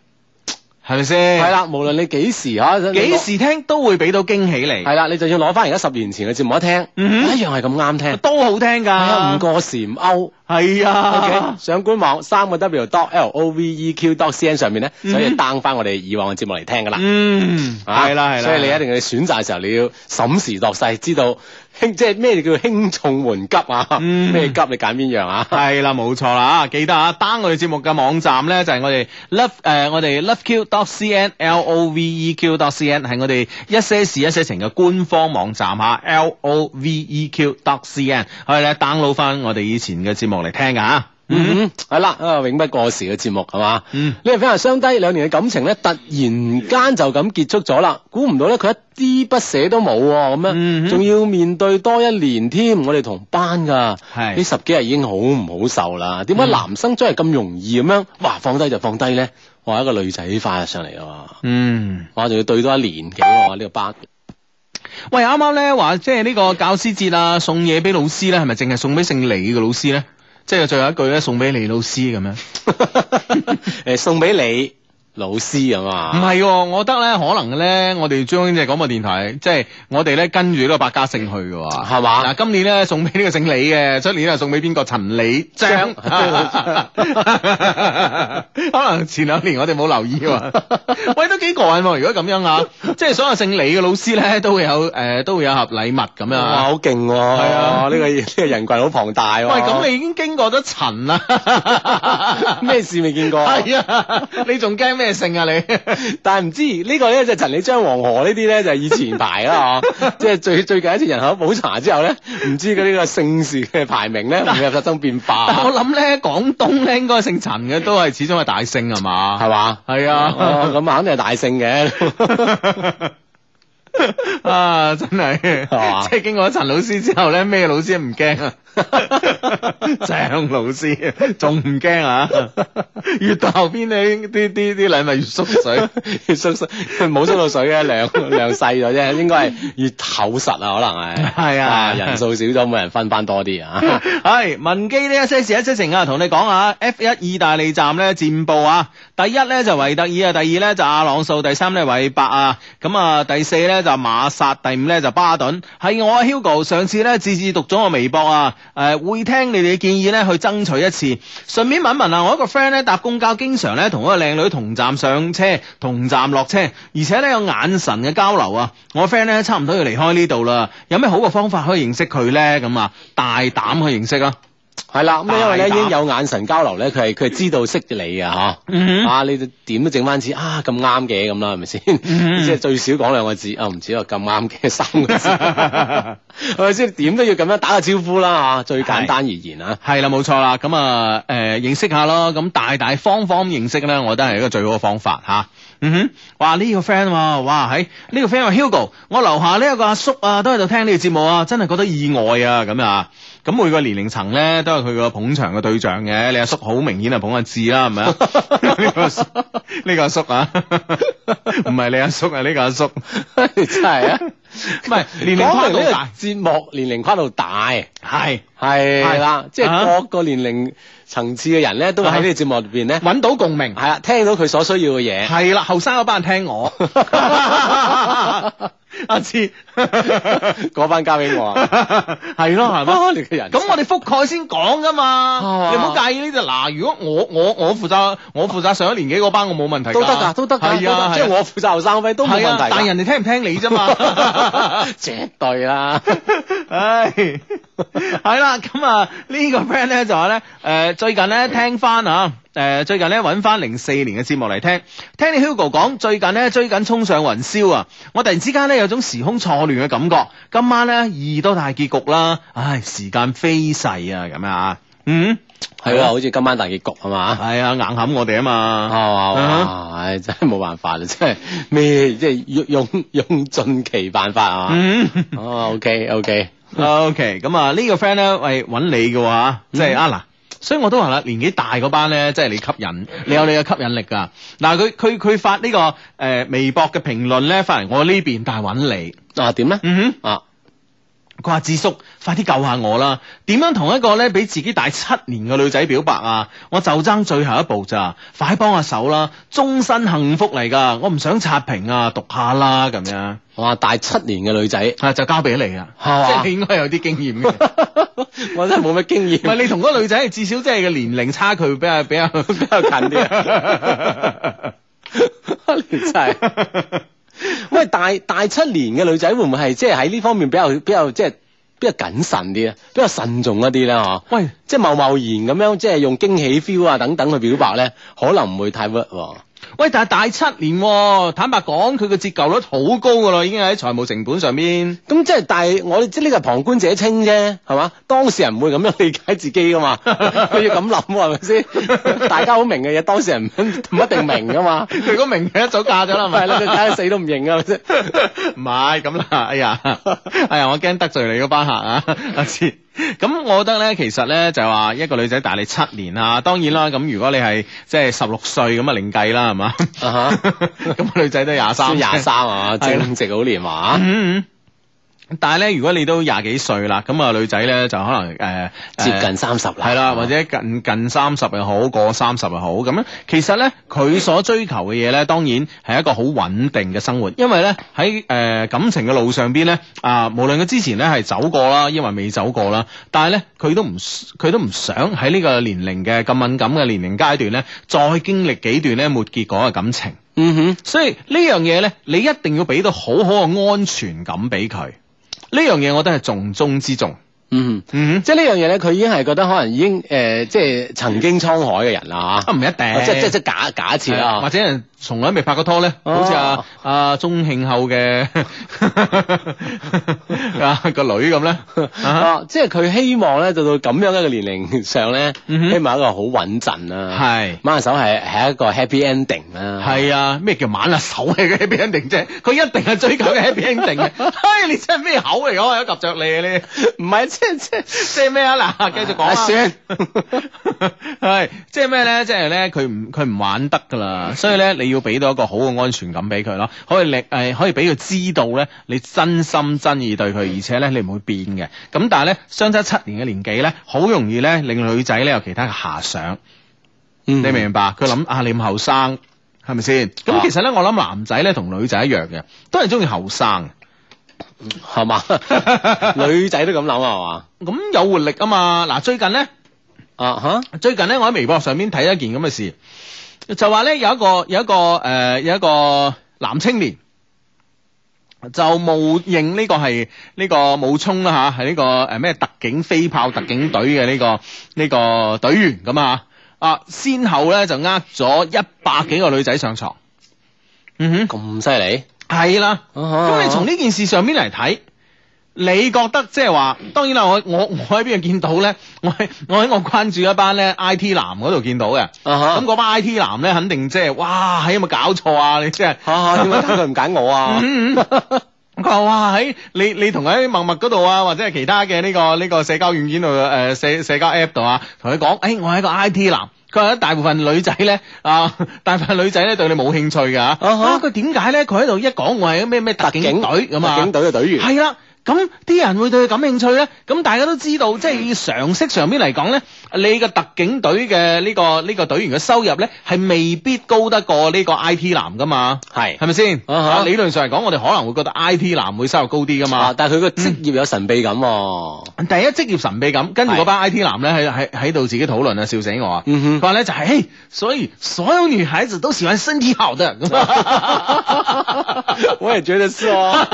Speaker 4: 係咪先？
Speaker 3: 係啦，無論你幾時嚇，你
Speaker 4: 幾時聽都會俾到驚喜你，
Speaker 3: 係啦，你就要攞翻而家十年前嘅節目一聽，哎
Speaker 4: 嗯哼
Speaker 3: 一樣係咁啱聽，
Speaker 4: 都好聽
Speaker 3: 係啊
Speaker 4: 㗎，
Speaker 3: 唔過時唔勾。
Speaker 4: 係
Speaker 3: O
Speaker 4: 啊
Speaker 3: K，。上官網三個 W dot L O V E Q dot C N 上面咧，所以 down 翻我哋以往嘅節目嚟聽噶啦。
Speaker 4: 嗯，
Speaker 3: 啊
Speaker 4: 係啦係啦，
Speaker 3: 所以你一定要選擇嘅時候，你要審時度勢，知道輕即係咩叫輕重緩急啊？
Speaker 4: 嗯
Speaker 3: 咩急你揀邊樣 啊？
Speaker 4: 系啦，冇錯啦，記得啊，down 我哋節目嘅網站咧就係我哋 love 诶、我哋 loveq dot cn l o v e q dot cn 係我哋一些事一些情嘅官方網站吓，l o v e q dot cn 可以咧 download 翻我哋以前嘅節目嚟聽噶吓。
Speaker 3: 嗯，系啦，啊，永不過時嘅節目係嘛？
Speaker 4: 嗯
Speaker 3: 呢位 friend 話相低兩年嘅感情咧，突然間就咁結束咗啦，估唔到咧佢一啲不捨都冇喎，咁
Speaker 4: 嗯哼
Speaker 3: 樣仲要面對多一年添。我哋同班噶，
Speaker 4: 係
Speaker 3: 呢十幾日已經好唔好受啦。點解
Speaker 4: 嗯
Speaker 3: 男生真係咁容易咁樣？哇，放低就放低咧？哇，一個女仔快上嚟啊！
Speaker 4: 嗯。
Speaker 3: 哇，仲要對多一年幾喎呢個班？
Speaker 4: 喂，啱啱咧話即係呢個教師節啊，送嘢俾老師咧，係咪淨係送俾姓李嘅老師咧？即係最後一句咧，送俾李老師咁樣。
Speaker 3: 誒，送俾你老師啊嘛
Speaker 4: 唔。係喎，我覺得咧，可能咧，我哋中央嘅廣播電台，即係我哋咧跟住呢個百家姓去嘅喎，
Speaker 3: 係嘛
Speaker 4: 嗱，今年咧送俾呢個姓李嘅，出年又送俾邊個陳李 張，可能前兩年我哋冇留 意喎。喂，都幾過癮喎！如果咁樣啊，即係所有姓李嘅老師咧，都會有誒、呃都會有盒禮物咁樣
Speaker 3: 哇，
Speaker 4: 啊。
Speaker 3: 哦好勁喎！
Speaker 4: 係啊
Speaker 3: 呢個呢個人群好龐大喎。
Speaker 4: 喂，咁你已經經過咗陳啦，
Speaker 3: 咩事未見過？
Speaker 4: 係啊？你仲驚咩姓啊你？
Speaker 3: 但係唔知呢個咧就陳李張黃河呢啲咧就係以前排 啦，嗬，即係最最近一次人口普查之後咧，唔知佢呢個姓氏嘅排名 咧會唔會有發生變
Speaker 4: 但 我
Speaker 3: 化，
Speaker 4: 諗咧，廣東咧應該姓陳嘅都係始終係大姓係嘛？
Speaker 3: 係嘛？
Speaker 4: 係
Speaker 3: 哦
Speaker 4: 啊，
Speaker 3: 咁啊肯定係大姓嘅，
Speaker 4: 啊真係，
Speaker 3: 嘛
Speaker 4: 即係經過陳老師之後咧，咩老師都唔 驚啊？鄭老師仲唔 驚啊？越到後邊你啲啲啲禮物越縮水。
Speaker 3: 縮水冇縮到水嘅，量量細咗啫，應該係越厚實啊，可能 係
Speaker 4: 係啊
Speaker 3: 人數少咗，每人分翻多 啲啊。
Speaker 4: 系文基呢一些事一些情啊，同你講啊，F 一意大利站咧戰報啊，第一咧就維特爾啊，第二咧就阿朗素，第三咧韋伯啊，咁啊第四咧就馬薩，第五咧就巴頓。係我啊 Hugo，上次咧自自讀咗我微博啊，诶、會聽你哋嘅建議咧去爭取一次。順便問一問啊，我一個 friend 咧搭公交經常咧同一個靚女同站上車、同站落車，而且咧有眼神嘅交流啊。我 friend 咧差唔多要離開呢度啦，有咩好嘅方法可以認識佢咧？咁啊，大膽去認識啊！
Speaker 3: 係啦，咁因為咧已
Speaker 4: 大膽
Speaker 3: 經有眼神交流咧，佢係佢係知道識你啊，嗬。
Speaker 4: 嗯
Speaker 3: 啊，你點都整翻次啊，咁啱嘅咁啦，係咪先？
Speaker 4: 嗯
Speaker 3: 即係最少講兩個字啊，唔止話咁啱嘅三 個字，係咪先？點都要咁樣打個招呼啦嚇，最簡單而言啊。
Speaker 4: 系啦，冇錯啦，咁啊，诶、認識下咯，咁大大方方認識咧，我覺得係一個最好嘅方法吓、嗯哼，哇，呢、個 friend 喎，哇，喺、呢、個 friend 話 Hugo，我樓下呢有個阿叔啊，都喺度聽呢個節目啊，真係覺得意外啊，咁啊，咁每個年齡層咧都有佢個捧場嘅對象嘅，你阿叔好明顯係捧阿志啦，係 咪啊？呢個阿叔呢個阿叔啊，唔係你阿叔啊，呢、個阿叔，
Speaker 3: 真係啊，
Speaker 4: 唔係 年齡跨
Speaker 3: 講
Speaker 4: 度
Speaker 3: 明呢
Speaker 4: 大，
Speaker 3: 個節目年齡跨度大，
Speaker 4: 係
Speaker 3: 係啦，即
Speaker 4: 啊
Speaker 3: 係各個年齡層次嘅人咧，都會喺呢個節目入邊咧，
Speaker 4: 揾到共鳴。
Speaker 3: 係啦，聽到佢所需要嘅嘢。
Speaker 4: 系啦，後生嗰班人聽 我，阿志
Speaker 3: 嗰班交俾我啊！
Speaker 4: 係咯，係咪？
Speaker 3: 啊你個人
Speaker 4: 咁我哋覆蓋先講噶嘛
Speaker 3: 啊，
Speaker 4: 你唔好介意呢度。嗱，如果我我我負責我負責上一年紀嗰班，我冇問題㗎。
Speaker 3: 都得㗎，都得㗎，
Speaker 4: 係
Speaker 3: 都
Speaker 4: 啊，
Speaker 3: 得即係我負責後生費都冇
Speaker 4: 係啊
Speaker 3: 問題㗎。
Speaker 4: 但係人哋聽唔聽你啫 嘛。
Speaker 3: 絕對啦。
Speaker 4: 啊唉，係啦，咁啊呢個 friend 咧就話咧，诶最近咧聽翻啊，诶最近咧揾翻零四年嘅節目嚟聽，聽你 Hugo 講最近咧追緊衝上雲霄啊，我突然之間咧有種時空錯亂嘅感覺，今晚咧二都大結局啦，唉時間飛逝啊咁啊，嗯
Speaker 3: 係啊，好似今晚大結局係嘛？
Speaker 4: 係啊硬啊冚我哋啊
Speaker 3: 啊
Speaker 4: 嘛，
Speaker 3: 哇！唉，真係冇辦法啦，真係咩即係用用用盡其辦法啊嘛！
Speaker 4: 嗯。
Speaker 3: 哦，OK OK，
Speaker 4: OK，咁 啊呢個 friend 咧，喂揾你嘅話，即係啊嗱。所以我都話啦，年紀大嗰班咧，即係你吸引，你有你嘅吸引力㗎。嗱，佢佢佢發呢、個誒、呃微博嘅評論咧，發嚟我呢邊，但係揾你。
Speaker 3: 啊點咧？
Speaker 4: 嗯
Speaker 3: 啊
Speaker 4: 哼，佢話智叔，快啲救下我啦！點樣同一個咧比自己大七年嘅女仔表白啊？我就爭最後一步咋，快幫下手啦！終身幸福嚟㗎，我唔想刷屏啊，讀下啦咁樣
Speaker 3: 哇！大七年嘅女仔，
Speaker 4: 啊，就交俾 你啦，
Speaker 3: 係嘛
Speaker 4: 即係你應該有啲經驗嘅。
Speaker 3: 我真係冇乜經
Speaker 4: 唔係
Speaker 3: 驗，
Speaker 4: 你同嗰個女仔，至少即係個年齡差距比較比 較
Speaker 3: 比較近啲啊！你真係，喂大大七年嘅女仔會唔會係即係喺呢方面比較比較即係比較謹慎啲咧，啊比較慎重一啲咧嗬。
Speaker 4: 喂，
Speaker 3: 即係貿貿然咁樣，即係用驚喜 feel 啊等等去表白咧，可能唔會太 work 喎。
Speaker 4: 喂，但係大七年喎、坦白講，佢嘅折舊率好高噶啦，已經喺財務成本上邊。
Speaker 3: 咁即係，但係我哋即係呢個係旁觀者清啫，係嘛？當事人唔會咁樣理解自己噶嘛， 佢要咁諗喎係咪先？ 大家好明嘅嘢，當事人唔唔一定明噶嘛。
Speaker 4: 佢都明嘅一早嫁咗啦，係咪
Speaker 3: 係啦，佢睇死都唔認噶，係咪先？
Speaker 4: 唔係咁啦，哎呀， 哎呀，我驚得罪你嗰班客啊， 阿志。咁我覺得咧，其實咧就話一個女仔大你七年啊，當然啦，咁如果你係即係十六歲咁啊，另計啦，係嘛？
Speaker 3: 啊哈，
Speaker 4: 咁女仔都廿
Speaker 3: 先
Speaker 4: 三，
Speaker 3: 廿三啊，
Speaker 4: 係啦
Speaker 3: 正值好年華啊。
Speaker 4: 嗯。嗯但係咧，如果你都廿幾歲啦，咁啊女仔咧就可能誒、呃
Speaker 3: 接近啊三十啦，
Speaker 4: 係啦，或者近近三十又好，過三十又好，咁樣其實咧，佢所追求嘅嘢咧，當然係一個好穩定嘅生活，因為咧喺誒感情嘅路上邊咧，啊、無論佢之前咧係走過啦，因為未走過啦，但係咧佢都唔佢都唔想喺呢個年齡嘅咁敏感嘅年齡階段咧，再經歷幾段咧沒結果嘅感情。
Speaker 3: 嗯哼，
Speaker 4: 所以呢樣嘢咧，你一定要俾到好好嘅安全感俾佢。呢樣嘢我覺得係重中之重。
Speaker 3: 嗯哼，
Speaker 4: 嗯，
Speaker 3: 即係呢樣嘢咧，佢已經係覺得可能已經誒，即係曾經滄海嘅人啦
Speaker 4: 啊
Speaker 3: 嚇
Speaker 4: 唔一定，
Speaker 3: 即係即係即係假假設
Speaker 4: 係啊或
Speaker 3: 啦，
Speaker 4: 者人從來未拍過拖咧，
Speaker 3: 哦
Speaker 4: 好似阿阿鍾慶後嘅 啊個女咁咧， 啊
Speaker 3: 啊，即係佢希望咧，到到咁樣一個年齡上咧，
Speaker 4: 嗯哼
Speaker 3: 希望一個好穩陣啦，
Speaker 4: 係
Speaker 3: 挽下手係係一個 happy ending 啦，
Speaker 4: 係啊，咩叫挽下手嚟嘅 happy ending 啫？佢一定係追求 嘅 happy ending 嘅。唉，你真係咩口嚟講？我有及着你啊你！
Speaker 3: 唔係即係即係
Speaker 4: 即係咩啊？嗱，繼續講
Speaker 3: 啊
Speaker 4: 啦。
Speaker 3: 算
Speaker 4: 係即係咩咧？即係咧，佢唔佢唔玩得噶 啦，所以咧你要俾到一個好嘅安全感俾佢咯，可以令誒、可以俾佢知道咧，你真心真意對佢，而且咧你唔會變嘅。咁但係咧，相差七年嘅年紀咧，好容易咧令女仔咧有其他嘅遐想。
Speaker 3: 你
Speaker 4: 你明唔明白？佢諗啊，你咁後生，係咪先？嗯咁、
Speaker 3: 啊
Speaker 4: 其實咧，我諗男仔咧同女仔一樣嘅，都係中意後生。
Speaker 3: 係 嘛？女仔都咁諗啊係嘛？
Speaker 4: 咁有活力啊嘛！嗱，最近咧。
Speaker 3: 啊
Speaker 4: 最近咧，我喺微博上面睇一件咁嘅事，就話咧有一個有一個誒、呃有一個男青年就冒認呢個係呢、個冒充啦吓，係呢、個誒咩、特警飛炮特警隊嘅呢個呢、個隊員咁啊啊，先後咧就呃咗一百幾個女仔上床。嗯
Speaker 3: 吓，咁犀利？啊
Speaker 4: 哼，係啦。咁
Speaker 3: 咁
Speaker 4: 你從呢件事上面嚟睇，你覺得即係話，當然啦，我我我喺邊度見到咧？我喺我喺我關注一班咧 I T 男嗰度見到嘅。
Speaker 3: 啊哈
Speaker 4: 咁嗰班 I T 男咧，肯定即係哇，係有冇搞錯啊？你即係。
Speaker 3: 嚇嚇點解佢唔揀我啊？
Speaker 4: 嗯嗯佢話：哇，喺你你同佢喺陌陌嗰度啊，或者係其他嘅呢、個呢、個社交軟件度誒、呃社社交 app 度啊，同佢講，誒、我係一個 IT 男。佢話大部分女仔咧啊， 大部分女仔咧對你冇興趣㗎。啊，
Speaker 3: 哈
Speaker 4: 佢點解咧？佢喺度一講我係咩咩特警隊咁啊？
Speaker 3: 特警隊嘅隊 員。
Speaker 4: 係啦。咁啲人會對佢感興趣咧，咁大家都知
Speaker 3: 嗯
Speaker 4: 道，即係以常識上面嚟講咧，你嘅特警隊嘅呢個呢、個隊員嘅收入咧，係未必高得過呢個 IT 男噶嘛，
Speaker 3: 係
Speaker 4: 係咪先？
Speaker 3: 啊哈
Speaker 4: 啊理論上嚟講，我哋可能會覺得 I T 男會收入高啲噶
Speaker 3: 啊
Speaker 4: 嘛！。
Speaker 3: 但係佢個職業有神秘感喎。
Speaker 4: 第一職業神秘感，跟住嗰班 I T 男咧喺喺喺度自己討論啊，笑死我啊！
Speaker 3: 嗯哼
Speaker 4: 佢話咧就係、嘿所以所有女孩子都喜歡身體好的。咁啊
Speaker 3: 我也覺得是 哦。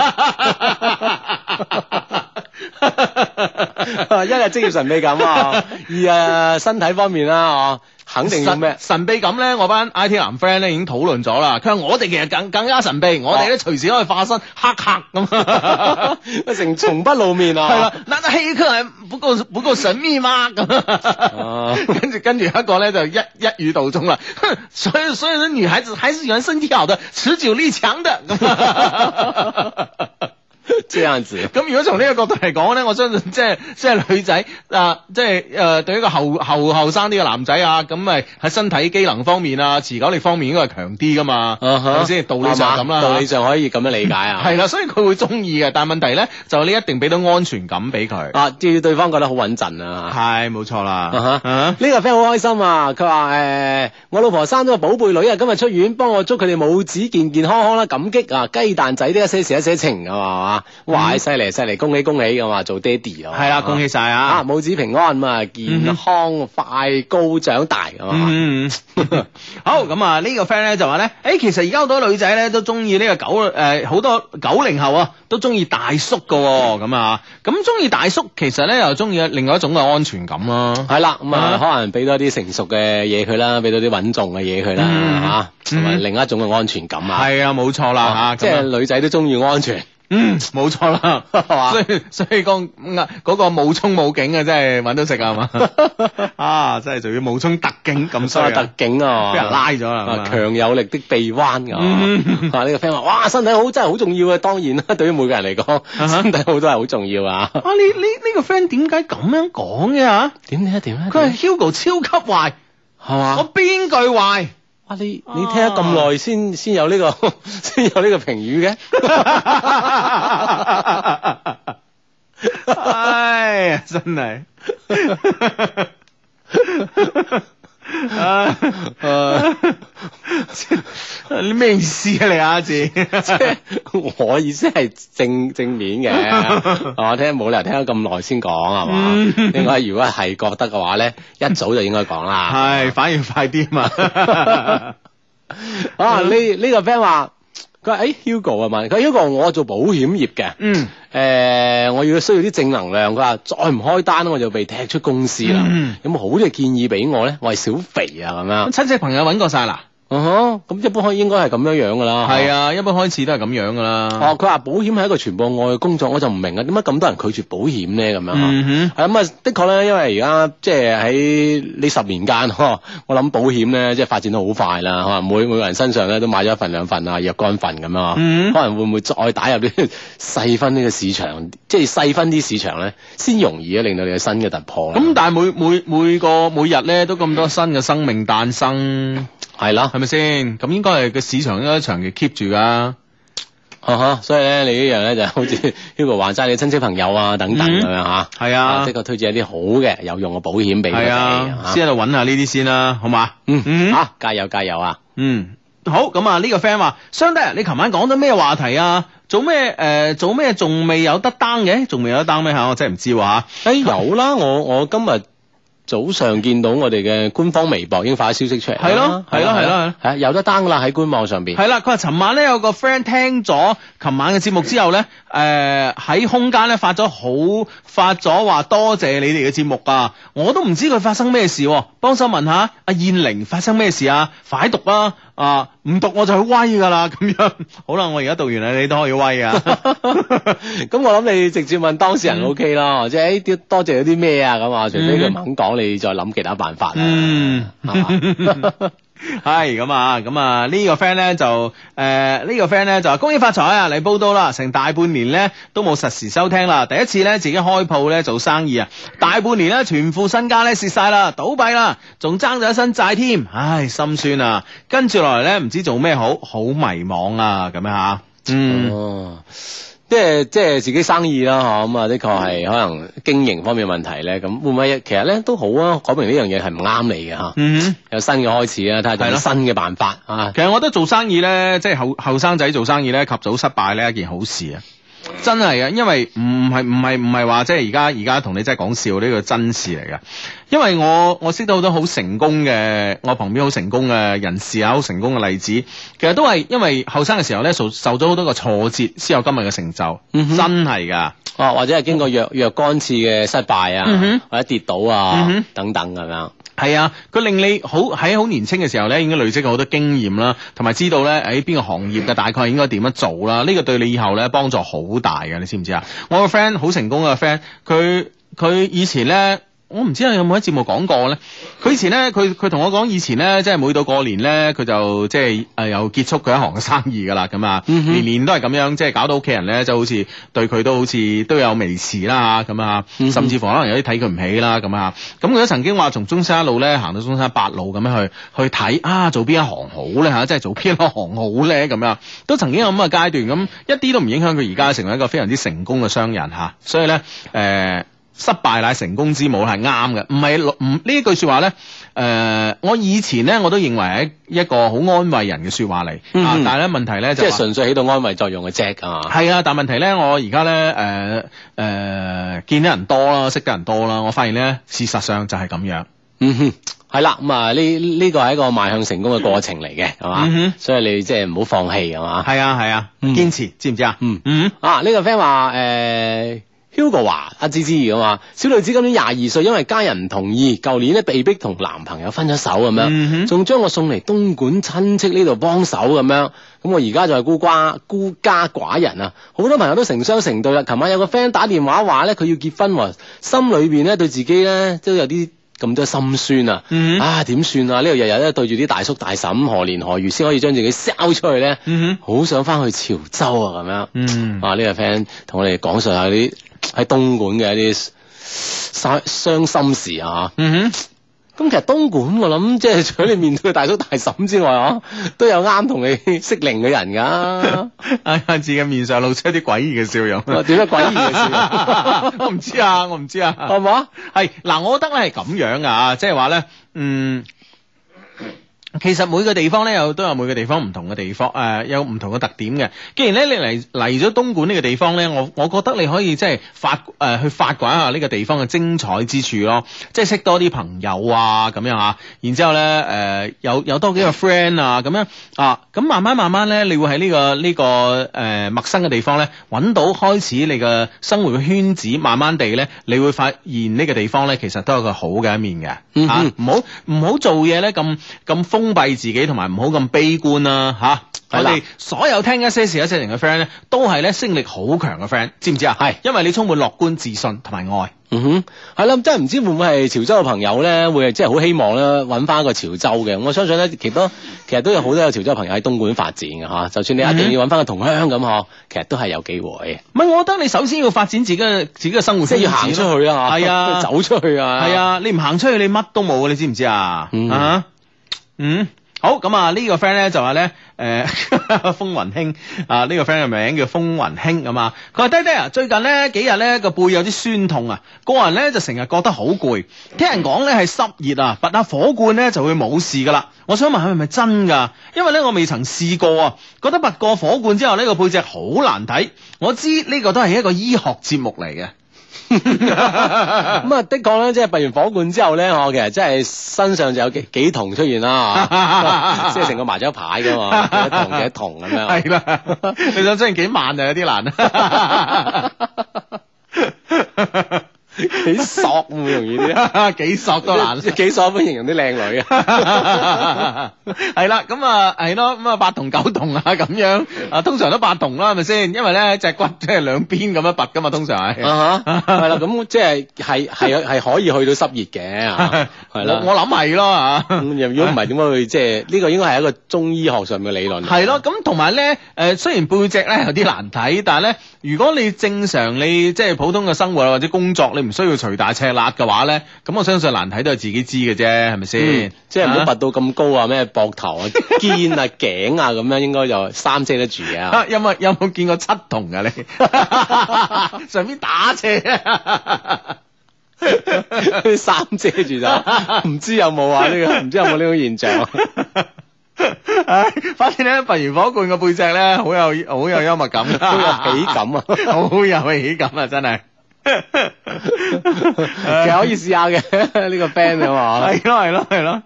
Speaker 3: 一係職業神秘感啊，二啊身體方面啦，哦，肯定要咩
Speaker 4: 神？神秘感咧？我班 I T 男 friend 咧已經討論咗啦。佢話我哋其實更更加神秘，我哋咧隨時可以化身黑客咁。
Speaker 3: 成從不露面 啊。
Speaker 4: 係啦，，那那黑客還不夠不夠神秘嗎？
Speaker 3: 啊
Speaker 4: 咁， 跟住跟住有一個咧就一一語道中啦。 哼所以所以呢，女孩子還是喜歡身體好的、持久力強的。
Speaker 3: 這
Speaker 4: 咁
Speaker 3: 樣子。
Speaker 4: 咁如果從呢個角度嚟講咧，我相信 即係即係女仔啊，即係誒、呃、對一個後後後生啲嘅男仔啊，咁咪喺身體機能方面啊、持久力方面應該係強啲噶
Speaker 3: 啊
Speaker 4: 嘛，係
Speaker 3: 哈啊
Speaker 4: 咪先？道理上係咁啦，
Speaker 3: 係嘛道理上可以咁樣理解啊。
Speaker 4: 係啦，所以佢會中意嘅，但係問題咧就你一定俾到安全感俾佢。
Speaker 3: 啊，要對方覺得好穩陣啊。
Speaker 4: 係冇錯啦。
Speaker 3: 啊
Speaker 4: 啊
Speaker 3: 哈！ 呢個 friend 好開心啊！佢話誒，我老婆生咗個寶貝女啊，今日出院，幫我祝佢哋母子健健康康啦，感激啊！雞蛋仔的一些事一些情啊嘛，係嘛哇！犀利犀利，恭喜恭喜咁啊，做爹哋啊，
Speaker 4: 嗯係啦，恭喜晒
Speaker 3: 啊，
Speaker 4: 啊！
Speaker 3: 母子平安咁啊，健康快高長大咁啊，
Speaker 4: 嗯，嗯好咁啊！呢個 friend 咧就話咧，誒其實而家好多女仔咧都中意呢個九誒好多九零後啊，都中意大叔噶喎咁啊！咁中意大叔其實咧又中意另外一種嘅安全感咯。
Speaker 3: 係啦，咁
Speaker 4: 啊
Speaker 3: 啊，可能俾多啲成熟嘅嘢佢啦，俾多啲穩重嘅嘢佢
Speaker 4: 嗯
Speaker 3: 啦，吓，同埋
Speaker 4: 嗯
Speaker 3: 另一種嘅安全感啊，
Speaker 4: 係啊，冇錯啦嚇，
Speaker 3: 即
Speaker 4: 咁啊
Speaker 3: 係女仔都中意安全，
Speaker 4: 嗯，冇錯啦，
Speaker 3: 係嘛
Speaker 4: 所以所以講嗰、個冇衝冇景嘅真係揾到食啊係 嘛，啊真係仲要冇衝特警咁
Speaker 3: 所
Speaker 4: 衰
Speaker 3: 以特
Speaker 4: 啊，
Speaker 3: 警啊，
Speaker 4: 俾人拉咗啦，
Speaker 3: 啊，
Speaker 4: 係嘛
Speaker 3: 強有力的臂彎㗎，
Speaker 4: 嗯
Speaker 3: 啊呢個 friend 話：，哇，身體好真係好重要啊！ 當然啦，對於每個人嚟
Speaker 4: 哈
Speaker 3: 講，身體好都係好重要啊。
Speaker 4: 啊你呢呢個 friend 點解咁樣講嘅嚇？
Speaker 3: 點咧？點咧？
Speaker 4: 佢係 Hugo 超級壞，
Speaker 3: 係啊嘛？
Speaker 4: 我邊句壞？
Speaker 3: 哇！你你聽咗咁耐先先有呢個 先有呢個評 語
Speaker 4: 唉呀，真係。唉你咩意思啊？你阿志，
Speaker 3: 嘅，即係我意思係正正面 嘅，我聽冇理由聽咗咁耐先講係嘛？
Speaker 4: 嗯
Speaker 3: 應該如果係覺得嘅話咧，一早就應該講 啦。
Speaker 4: 係反應快啲嘛？
Speaker 3: 啊！
Speaker 4: 嗯
Speaker 3: 呢呢個 friend 話佢話誒 Hugo 啊問佢 Hugo 我做保險業嘅，
Speaker 4: 嗯，
Speaker 3: 誒我要需要啲正能量，佢話再唔開單我就被踢出公司啦
Speaker 4: 嗯。
Speaker 3: 有冇好嘅建議俾我咧？我係小肥啊咁 樣。
Speaker 4: 親戚朋友揾過晒啦，
Speaker 3: 嗯哼，咁一般可以應該係咁樣樣噶啦。
Speaker 4: 係
Speaker 3: 啊。
Speaker 4: 啊，一般開始都係咁樣噶啦。
Speaker 3: 哦，佢話保險係一個傳播愛嘅工作，我就唔明啊，點解咁多人拒絕保險咧？咁樣啊
Speaker 4: 嗯
Speaker 3: 係咁啊，的確咧，因為而家即係喺呢十年間，呵我諗保險咧即係發展得好快啦，可能每每個人身上咧都買咗一份兩份啊，若干份咁啊，
Speaker 4: 嗯
Speaker 3: 可能會唔會再打入呢 細分呢個市場，即係細分啲市場咧，先容易啊令到你有新嘅突破啊啦。
Speaker 4: 咁但係每每每個每日咧都咁多新嘅生命誕生。
Speaker 3: 係啦，
Speaker 4: 係咪先？咁應該係個市場應該長期 keep 住噶。
Speaker 3: 啊哈，所以咧你呢樣咧就好似 Hugo 話齋，你親戚朋友啊等等
Speaker 4: 嗯
Speaker 3: 咁樣嚇，
Speaker 4: 係
Speaker 3: 啊
Speaker 4: 啊
Speaker 3: 的，確推薦一啲好嘅有用嘅保險俾佢
Speaker 4: 係
Speaker 3: 哋
Speaker 4: 啊，
Speaker 3: 啊
Speaker 4: 先喺度揾下呢啲先啦，好嘛？
Speaker 3: 嗯
Speaker 4: 嗯
Speaker 3: 嚇，加油加油啊！
Speaker 4: 嗯，好咁啊！呢個 friend 話：，相弟，你琴晚講咗咩話題啊？做咩誒、呃做咩仲未有得 down 嘅？仲未有得 down 咩嚇？我真係唔知喎嚇。
Speaker 3: 誒哎有啦，我我今日早上見到我哋嘅官方微博已經發咗消息出嚟啦，
Speaker 4: 係咯係咯係咯
Speaker 3: 係啊有得 down 啦喺官網上邊，
Speaker 4: 係啦，佢話尋晚咧有個 friend 聽咗琴晚嘅節目之後咧，誒、喺空間咧發咗好發咗話多謝你哋嘅節目啊！我都唔知佢發生咩事、喎，幫手問下阿燕玲發生咩事啊？快讀啦！啊，唔讀我就去威噶啦咁樣。 好啦，我而家讀完啦，你都可以威啊！
Speaker 3: 咁我諗你直接問當事人 O K 啦，
Speaker 4: 嗯
Speaker 3: 或者誒哎啲多謝咗啲咩啊咁啊，除非佢唔肯講，你再諗其他辦法啦。
Speaker 4: 嗯
Speaker 3: 係嘛
Speaker 4: 係咁啊，咁啊呢個 friend 咧就呃誒呢、個 friend 咧就話恭喜發財啊！嚟報到啦，成大半年咧都冇實時收聽啦，第一次咧自己開鋪咧做生意啊，大半年咧全副身家咧蝕晒啦，倒閉啦，仲爭咗一身債添，唉心酸啊！跟住落嚟咧唔知做咩好，好迷茫啊咁樣吓，嗯。
Speaker 3: 哦，即係即係自己生意啦，嗬咁啊，的確係
Speaker 4: 嗯
Speaker 3: 可能經營方面問題咧，咁會唔會其實咧都好啊？講明呢樣嘢係唔啱你嘅嚇，
Speaker 4: 嗯，
Speaker 3: 有新嘅開始啊，睇下有
Speaker 4: 係
Speaker 3: 冇
Speaker 4: 咯
Speaker 3: 新嘅辦法啊。
Speaker 4: 其實我覺得做生意咧，即係後後生仔做生意咧，及早失敗咧，一件好事啊！真係啊，因為唔係唔係唔係話即係而家而家同你真係講笑呢個真事嚟噶。因為我我識到好多好成功嘅，我旁邊好成功嘅人士啊，好成功嘅例子，其實都係因為後生嘅時候咧受受咗好多個挫折，先有今日嘅成就，
Speaker 3: 嗯哼
Speaker 4: 真係噶。
Speaker 3: 哦，或者係經過若若干次嘅失敗啊，
Speaker 4: 嗯哼
Speaker 3: 或者跌倒
Speaker 4: 嗯
Speaker 3: 啊、
Speaker 4: 哼
Speaker 3: 等等咁樣。
Speaker 4: 係啊，佢令你好喺好年青嘅時候咧，已經累積好多經驗啦，同埋知道咧喺邊個行業嘅大概應該點樣做啦。呢、個對你以後咧幫助好大嘅，你知唔知啊？我個 friend 好成功嘅 friend，佢佢以前咧。我唔知有冇喺節目講過咧，佢以前咧，佢佢同我講以前咧，即係每到過年咧，佢就即係誒又結束佢一行嘅生意㗎啦，咁啊，
Speaker 3: 嗯哼
Speaker 4: 年年都係咁樣，即係搞到屋企人咧，就好似對佢都好似都有微視啦咁啊，
Speaker 3: 嗯哼
Speaker 4: 甚至乎可能有啲睇佢唔起啦咁啊。咁佢都曾經話從中山一路咧行到中山八路咁樣去去睇啊，做邊一行好咧嚇，即係做邊一行好咧咁樣，都曾經有咁嘅階段，咁一啲都唔影響佢而家成為一個非常之成功嘅商人嚇。所以咧誒。失敗乃成功之母係啱嘅，唔係唔呢句說話咧，誒、我以前咧我都認為係一個好安慰人嘅说話嚟，
Speaker 3: 嗯
Speaker 4: 啊，但係咧問題咧就
Speaker 3: 即
Speaker 4: 話
Speaker 3: 係純粹起到安慰作用嘅啫啊！
Speaker 4: 係啊，但問題咧，我而家咧誒誒見得人多啦，識得人多啦，我發現咧事實上就係咁樣。
Speaker 3: 嗯哼，係啦，咁啊呢呢個係一個邁向成功嘅過程嚟嘅，係
Speaker 4: 嗯
Speaker 3: 嘛
Speaker 4: 哼，
Speaker 3: 所以你即係唔好放棄，係嘛。
Speaker 4: 係啊係啊，
Speaker 3: 嗯
Speaker 4: 堅持，知唔知啊？
Speaker 3: 嗯
Speaker 4: 嗯。
Speaker 3: 啊，呢、個 friend 話誒 Hugo 華阿芝芝咁話，小女子今年廿二歲，因為家人唔同意，舊年咧被逼同男朋友分咗手咁
Speaker 4: 嗯
Speaker 3: 樣，
Speaker 4: 哼
Speaker 3: 仲將我送嚟東莞親戚呢度幫手咁樣。咁我而家就係孤瓜孤家寡人啊，好多朋友都成雙成對啦。啊琴晚有個 friend 打電話話咧，佢要結婚喎，心裏邊咧對自己咧都有啲。咁多心酸啊！
Speaker 4: 嗯哼
Speaker 3: 啊，點算啊？呢度日日咧對住啲大叔大嬸，何年何月先可以將自己 sell 出去咧？
Speaker 4: 嗯
Speaker 3: 好想翻去潮州啊，咁樣。
Speaker 4: 嗯，
Speaker 3: 啊！呢、個 friend 同我哋講述下啲喺東莞嘅一啲傷傷心事啊。
Speaker 4: 嗯 哼，
Speaker 3: 咁其實東莞我諗 即係除咗你面對大叔大嬸之外，啊，都有啱同你 適齡嘅人 㗎。
Speaker 4: 阿阿志嘅面上露出一啲詭異嘅笑容。啊
Speaker 3: 我點解詭異嘅事？
Speaker 4: 我唔知啊，我唔知啊。
Speaker 3: 係嘛？
Speaker 4: 系嗱，我覺得咧係咁樣啊，即係話咧，嗯。其實每個地方咧有都有每個地方唔同嘅地方，誒、有唔同嘅特點嘅。既然咧你嚟嚟咗東莞呢個地方咧，我我覺得你可以即係發誒、去發掘一下呢個地方嘅精彩之處咯，即係識多啲朋友啊咁樣啊，然之後咧誒、有有多幾個 friend 啊咁樣啊，咁慢慢慢慢咧，你會喺呢、個呢、個誒、陌生嘅地方咧揾到開始你嘅生活嘅圈子，慢慢地咧你會發現呢個地方咧其實都有個好嘅一面嘅。
Speaker 3: 嗯
Speaker 4: 啊
Speaker 3: 哼
Speaker 4: 唔好唔好做嘢咧咁咁封閉自己，同埋唔好咁悲觀啦、吓。
Speaker 3: 係
Speaker 4: 我
Speaker 3: 啦
Speaker 4: 哋所有聽一些事一些情嘅 friend 咧，都係咧升力好強嘅 friend，知唔知啊？
Speaker 3: 係
Speaker 4: 因為你充滿樂觀、自信同埋愛。
Speaker 3: 嗯哼，係啦，真係唔知會唔會係潮州嘅朋友咧，會係即係好希望咧揾翻一個潮州嘅。我相信咧，其多其實都有好多有潮州嘅朋友喺東莞發展嘅嚇。就
Speaker 4: 嗯
Speaker 3: 算你一定要揾翻個同鄉咁呵，其實都係有機會，
Speaker 4: 唔係，我覺得你首先要發展自己嘅自己嘅生活
Speaker 3: 即係
Speaker 4: 圈子
Speaker 3: 要
Speaker 4: 咯，
Speaker 3: 行出去啊，
Speaker 4: 係 啊
Speaker 3: 走出去啊，
Speaker 4: 係啊，你唔行出去，你乜都冇啊，你知唔知啊？
Speaker 3: 嗯
Speaker 4: 啊，嗯。好咁啊！呢個 friend 咧就話咧，誒風雲兄啊，呢個 friend 嘅名叫風雲兄咁啊。佢話：爹爹啊，最近咧幾日咧個背有啲酸痛啊，個人咧就成日覺得好攰。聽人講咧係濕熱啊，拔下火罐咧就會冇事噶啦。我想問下係咪真㗎？因為咧我未曾試過啊，覺得拔過火罐之後呢個背脊好難睇。我知呢個都係一個醫學節目嚟嘅。
Speaker 3: 咁啊，的確咧，即係拔完火罐之後咧，我其實真係身上就有 幾幾銅出現啦，哦即係成個麻雀牌噶 嘛，幾多銅幾多銅咁樣。哦
Speaker 4: 系啦， 你想真係幾萬就有啲難啦。
Speaker 3: 幾索會唔會容易啲啊？
Speaker 4: 幾索 都難，
Speaker 3: 即係 幾索，不如形容啲靚 女啊！
Speaker 4: 係啦，咁啊係咯，咁啊八同九同啊咁樣啊，通常都八同啦，係咪先？因為咧隻骨即係兩邊咁樣拔噶嘛，通常 係。
Speaker 3: 啊哈，係啦，咁即係係係係可以去到濕熱嘅 啊，係啦。
Speaker 4: 我我諗係咯啊。
Speaker 3: 咁又如果唔係點解會即係呢個應該係一個中醫學上面嘅理論嚟。啊
Speaker 4: 係咯，咁同埋咧，誒、雖然背脊咧有啲難睇，但係咧，如果你正常你即係普通嘅生活啊或者工作，你唔需要除大赤辣嘅話咧，咁我相信難睇都係自己知嘅啫，係咪
Speaker 3: 嗯
Speaker 4: 先？
Speaker 3: 即係唔好拔
Speaker 4: 啊
Speaker 3: 到咁高啊，咩膊頭啊、肩啊、頸啊咁樣，應該就衫遮得住嘅 啊。
Speaker 4: 啊有冇有冇見過七同㗎你？ 上邊打斜，
Speaker 3: 啲衫遮住 咗，唔知有冇啊？呢 個唔知有冇呢種現 象？
Speaker 4: 唉，反正咧，拔完火罐個背脊咧，好有好有幽默 感，
Speaker 3: 都有喜感啊！
Speaker 4: 好有喜感啊，真係。
Speaker 3: 其實可以試下嘅 呢個 friend 咁啊，
Speaker 4: 係咯係咯係咯。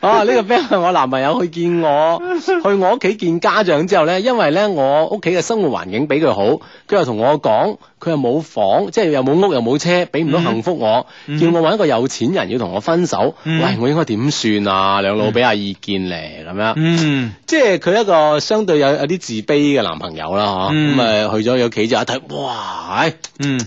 Speaker 3: 啊呢個 friend 係我男朋友去見我， 去我屋企見家長之後咧，因為咧我屋企嘅生活環境比佢好，佢又同我講，佢又冇房，即係又冇屋又冇車，俾唔到幸福我，
Speaker 4: 嗯
Speaker 3: 叫我揾一個有錢人要同我分手，
Speaker 4: 嗯
Speaker 3: 喂我應該點算啊？兩老俾下意見咧咁樣。
Speaker 4: 嗯。
Speaker 3: 即係佢一個相對有有啲自卑嘅男朋友啦，嗬、
Speaker 4: 嗯
Speaker 3: 咁啊、去咗佢屋企就一睇，哇，唉
Speaker 4: 嗯，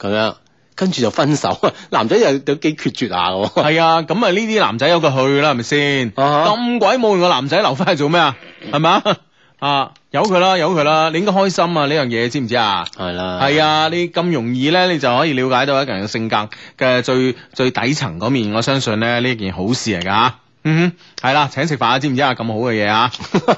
Speaker 3: 咁樣，跟住就分手。 男仔又都幾決絕下 嘅喎，
Speaker 4: 系啊，咁啊呢啲男仔有佢去啦，係咪先？
Speaker 3: 啊哈
Speaker 4: 咁鬼冇用個男仔留翻嚟做咩啊？係咪啊？ 啊，由佢啦，由佢啦，你應該開心啊呢樣嘢，知唔知啊？
Speaker 3: 係啦，
Speaker 4: 係啊，你咁容易咧，你就可以了解到一個人嘅性格嘅最最底層嗰面，我相信咧呢件好事嚟㗎。嗯哼，係啦，請食飯啊，知唔知啊？咁好嘅嘢啊！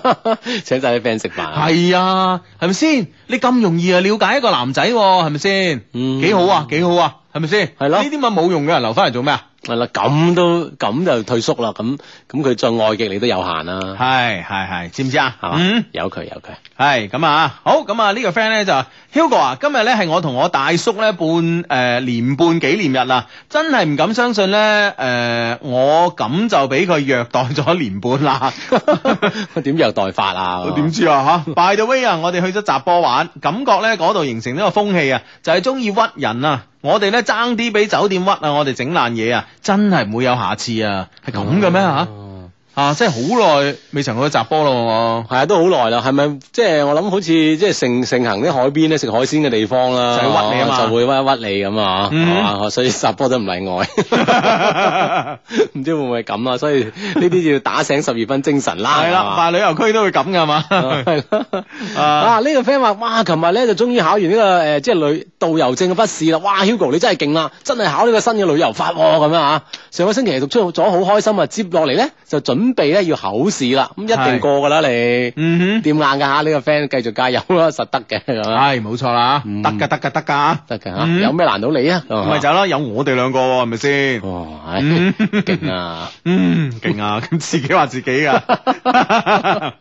Speaker 3: 請晒啲 friend 食飯，
Speaker 4: 係啊，係咪先？你咁容易啊了解一個男仔喎，係咪先？
Speaker 3: 嗯
Speaker 4: 幾好啊，幾好啊，係咪先？
Speaker 3: 係咯
Speaker 4: 呢啲咪冇用嘅人留翻嚟做咩啊？
Speaker 3: 係啦，咁都咁就退縮啦，咁咁佢再愛極你都有限啦，
Speaker 4: 係係係，知唔知啊？
Speaker 3: 係嘛
Speaker 4: 嗯，，
Speaker 3: 有佢有佢，
Speaker 4: 係咁啊，好咁啊，呢個 friend 咧就話 Hugo 啊，今日咧係我同我大叔咧半誒、呃、年半紀念日啦，真係唔敢相信咧誒、呃我咁就俾佢虐待咗年半啦。
Speaker 3: 我 點虐待法啊？
Speaker 4: 我點知啊吓？By the way 啊，我哋去咗雜波玩，感覺咧嗰度形成呢個風氣啊，就係中意屈人啊。我哋咧爭啲俾酒店屈啊，我哋整爛嘢啊，真係唔會有下次啊，係咁嘅咩吓？
Speaker 3: 哦
Speaker 4: 啊，真係好耐未曾去過雜波咯 我。
Speaker 3: 係啊，都好耐啦，係咪？即係我諗，好似即係盛盛行啲海邊咧，食海鮮嘅地方啦，
Speaker 4: 就係屈你啊嘛
Speaker 3: 就會屈一屈你咁啊，
Speaker 4: 嗯
Speaker 3: 係嘛所以殺波都唔例外， 唔知會唔會咁啊？所以呢啲要打醒十二分精神啦，
Speaker 4: 係
Speaker 3: 係
Speaker 4: 啦，
Speaker 3: 嘛
Speaker 4: 但係旅遊區都會咁噶嘛。
Speaker 3: 係啦，
Speaker 4: 啊
Speaker 3: 啊呢個 friend 話：，哇，琴日咧就終於考完呢、個誒、呃即係旅導遊證嘅筆試啦！哇，Hugo 你真係勁啦，真係考呢個新嘅旅遊法喎咁樣啊！上個星期讀出咗好開心啊，接落嚟咧就準備咧要口試啦，咁一定
Speaker 4: 係
Speaker 3: 過㗎啦你，
Speaker 4: 嗯
Speaker 3: 掂硬㗎嚇呢個 friend，繼續加油啦，實得嘅咁
Speaker 4: 哼，
Speaker 3: 啊，
Speaker 4: 係冇錯啦，
Speaker 3: 嗯
Speaker 4: 得噶得噶得噶，
Speaker 3: 得嘅嚇，
Speaker 4: 嗯
Speaker 3: 有咩難到你啊？咁啊
Speaker 4: 咪就係啦，有我哋兩個喎係咪先？
Speaker 3: 哇，唉
Speaker 4: 嗯
Speaker 3: 勁啊！
Speaker 4: 嗯，勁 啊！咁自己話自己啊 噶。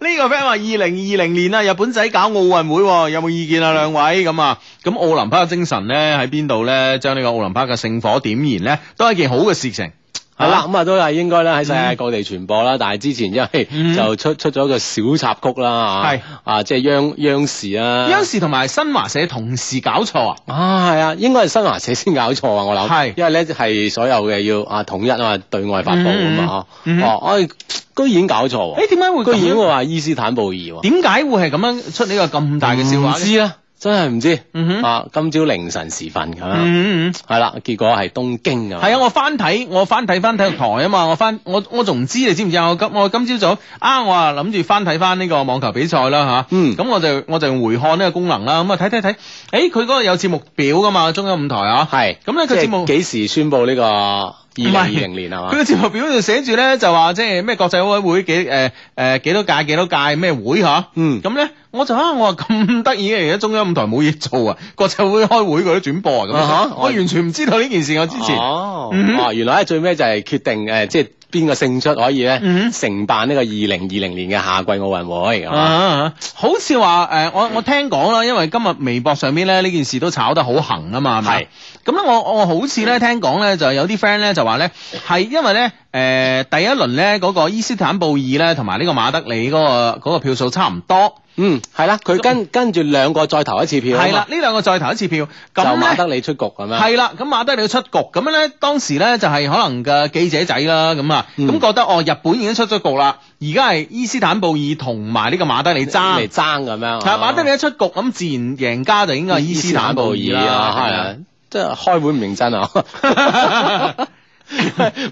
Speaker 4: 呢個 friend 話二零二零年啊，日本仔搞奧運會喎，有冇意見啊？兩位咁啊，咁奧林匹克精神咧喺邊度咧？將呢個奧林匹克嘅聖火點燃咧，都係一件 好嘅事情。
Speaker 3: 係啦，咁啊都係應該啦，喺世界各地傳播啦。但係之前因為
Speaker 4: 嗯
Speaker 3: 就出出咗一個小插曲啦，
Speaker 4: 係
Speaker 3: 啊，即係央央視啊，
Speaker 4: 央視同埋新華社同時搞錯啊！
Speaker 3: 啊係啊，應該係新華社先搞錯啊，我諗，
Speaker 4: 係
Speaker 3: 因為咧係所有嘅要啊統一啊嘛，對外發布啊嘛，
Speaker 4: 嗯嗯
Speaker 3: 哦，哎居然搞錯喎
Speaker 4: 誒，，點解會咁
Speaker 3: 居然會
Speaker 4: 樣？
Speaker 3: 話伊斯坦布爾喎，
Speaker 4: 點解會係咁樣出呢個咁大嘅笑話
Speaker 3: 唔
Speaker 4: 嘅？
Speaker 3: 知啊，真係唔知
Speaker 4: 嗯哼，
Speaker 3: 啊，今朝凌晨時分咁樣，
Speaker 4: 嗯嗯嗯。
Speaker 3: 係啦，結果啊係東京咁樣，
Speaker 4: 係啊，我翻睇，我翻睇翻體育台啊嘛，我翻我我仲唔知你知唔知啊？我今我今朝早啊，我啊諗住翻睇翻呢個網球比賽啦吓，
Speaker 3: 嗯
Speaker 4: 咁我就我就用回看呢個功能啦，咁啊睇睇睇，誒佢嗰個有節目表噶嘛，中央五台啊，
Speaker 3: 係
Speaker 4: 咁咧
Speaker 3: 即
Speaker 4: 佢節
Speaker 3: 係
Speaker 4: 目。
Speaker 3: 幾時宣布呢個二零二零年係嘛
Speaker 4: 佢？個節目表度寫住咧，就話即係咩國際奧委會幾誒誒幾多屆幾多屆咩會嚇，
Speaker 3: 嗯
Speaker 4: 咁咧我就啊我話咁得意嘅，而家中央五台冇嘢做啊，國際會開會佢都轉播啊咁
Speaker 3: 啊
Speaker 4: 樣
Speaker 3: 哈，
Speaker 4: 我完全唔知道呢件事，我之前
Speaker 3: 哦，
Speaker 4: 嗯
Speaker 3: 哦，原來咧最尾就係決定誒，即係邊個勝出可以咧
Speaker 4: 嗯
Speaker 3: 承辦呢個二零二零年嘅夏季奧運會，係嘛？
Speaker 4: 啊，好似話誒，
Speaker 3: 嗯
Speaker 4: 我我聽講啦，因為今日微博上邊咧呢件事都炒得好行啊嘛，係咪
Speaker 3: 係？
Speaker 4: 咁咧，我我好似咧聽講咧，就有啲 friend 咧就話咧係因為咧誒、第一輪咧嗰個伊斯坦布爾咧同埋呢個馬德里嗰、個嗰個票數差唔多，
Speaker 3: 嗯，係啦，佢跟跟住兩個再投一次票啊嘛，
Speaker 4: 係啦，呢兩個再投一次票，
Speaker 3: 就
Speaker 4: 咁
Speaker 3: 馬
Speaker 4: 咧
Speaker 3: 德。里啊出局咁樣。
Speaker 4: 係啦，咁馬德里出局，咁樣咧，當時咧就係、可能嘅記者仔啦，咁啊，咁、
Speaker 3: 嗯
Speaker 4: 覺得哦，日本已經出咗局啦，而家係伊斯坦布爾同埋呢個馬德里爭
Speaker 3: 嚟爭咁樣，
Speaker 4: 係馬德里一出局，咁自然贏家就應該係伊斯坦布爾啦，
Speaker 3: 啊係啊，即係開會唔認真啊！ 唔係，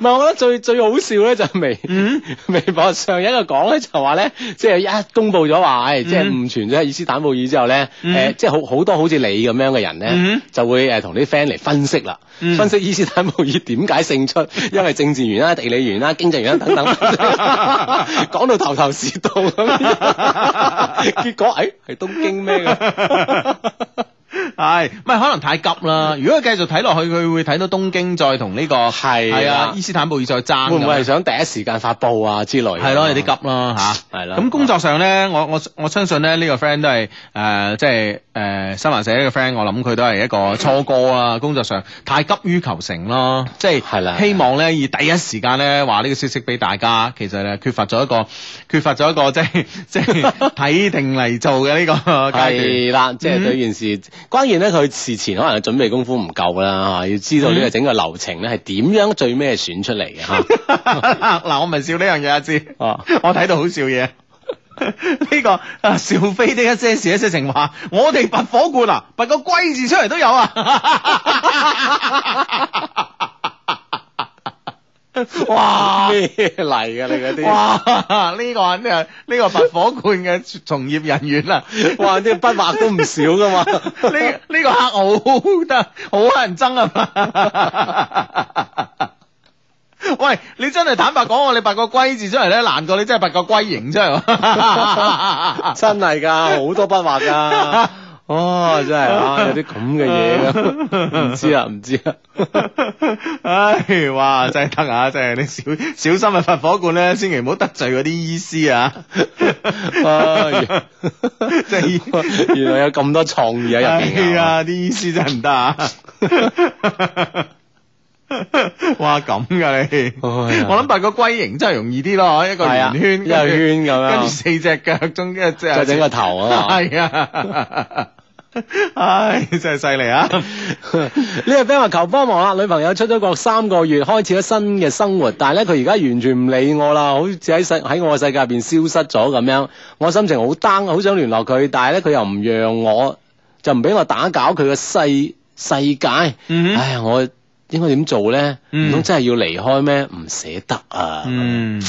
Speaker 3: 我覺得最最好笑咧就係微
Speaker 4: 嗯
Speaker 3: 微博上有一個講咧就話咧，即係一公佈咗話，哎誒即係
Speaker 4: 嗯
Speaker 3: 誤傳咗伊斯坦布爾之後咧，
Speaker 4: 嗯
Speaker 3: 誒即係好好多好似你咁樣嘅人咧
Speaker 4: 嗯，
Speaker 3: 就會誒同啲 friend 嚟分析啦，
Speaker 4: 嗯
Speaker 3: 分析伊斯坦布爾點解勝出，因為政治原因 啦、地理原因啦、經濟原因等等，講到頭頭是道咁 樣，結果誒係啊東京咩咁？
Speaker 4: 啊係，唔係可能太急啦。如果佢繼續睇落去，佢會睇到東京再同呢個
Speaker 3: 係
Speaker 4: 係
Speaker 3: 啦
Speaker 4: 啊伊斯坦布爾再爭，
Speaker 3: 會唔會係想第一時間發布啊之類？
Speaker 4: 係咯，有啲急啦吓，
Speaker 3: 係啦
Speaker 4: 咁工作上咧，我我我相信咧，呢個 friend 都係誒，即係誒新華社呢個 friend，我諗佢都係一個初哥啊。工作上太急於求成咯，即係
Speaker 3: 係啦
Speaker 4: 希望咧以第一時間咧話呢個消息俾大家。其實咧缺乏咗一個 缺乏咗一個即係 即係睇定嚟做嘅呢個階
Speaker 3: 係啦，即係對件事，關鍵咧佢事前可能準備功夫唔夠啦，嚇要知道呢個整個流程咧係點樣最尾係選出嚟嘅嚇。
Speaker 4: 段。 嗱，我唔係笑呢樣嘢啊，知。
Speaker 3: 哦，
Speaker 4: 我睇到好笑嘢。 呢個啊，邵飛的一些事一些情話，我哋拔火罐啊，拔個龜字出嚟都有啊！ 哇
Speaker 3: 咩嚟㗎你嗰啲？
Speaker 4: 哇，呢、個肯定係呢個拔火罐嘅從業人員啊啦、
Speaker 3: 哇！啲筆畫都唔少噶 嘛，
Speaker 4: 呢呢、個客好得好乞人憎啊嘛！ 喂，你真係坦白講，我你拔個龜字出嚟咧，難過你真係拔個龜形出嚟喎。
Speaker 3: 真係㗎，好多筆畫㗎。 哦，真係啊，有啲咁嘅嘢 㗎，唔知啊，唔知啊。
Speaker 4: 唉，哇，真係得啊！真係你小小心啊，佛火罐咧，千祈唔好得罪嗰啲醫師啊！
Speaker 3: 唉
Speaker 4: 即係
Speaker 3: 原來有咁多創意喺入邊
Speaker 4: 係
Speaker 3: 㗎。
Speaker 4: 啊，啲醫師真係唔得 啊！哇，咁噶你？
Speaker 3: 哎呀
Speaker 4: 我諗八個龜形真係容易啲咯，一個
Speaker 3: 係啊
Speaker 4: 圓圈，
Speaker 3: 一個
Speaker 4: 跟住
Speaker 3: 圈咁樣
Speaker 4: 跟住四隻腳中間即係
Speaker 3: 再整個頭啊嘛。
Speaker 4: 係啊！唉，真係犀利 啊！
Speaker 3: 呢個 friend 話求幫忙啦，女朋友出咗國三個月，開始咗新嘅生活，但係咧佢而家完全唔理我啦，好似喺世喺我嘅世界入邊消失咗咁樣。我心情好 down，好想聯絡佢，但係咧佢又唔讓我，就唔俾我打攪佢嘅世世界。
Speaker 4: 嗯哼
Speaker 3: 唉呀，我應該點做咧？
Speaker 4: 嗯
Speaker 3: 唔通真係要離開咩？唔捨得啊！
Speaker 4: 嗯，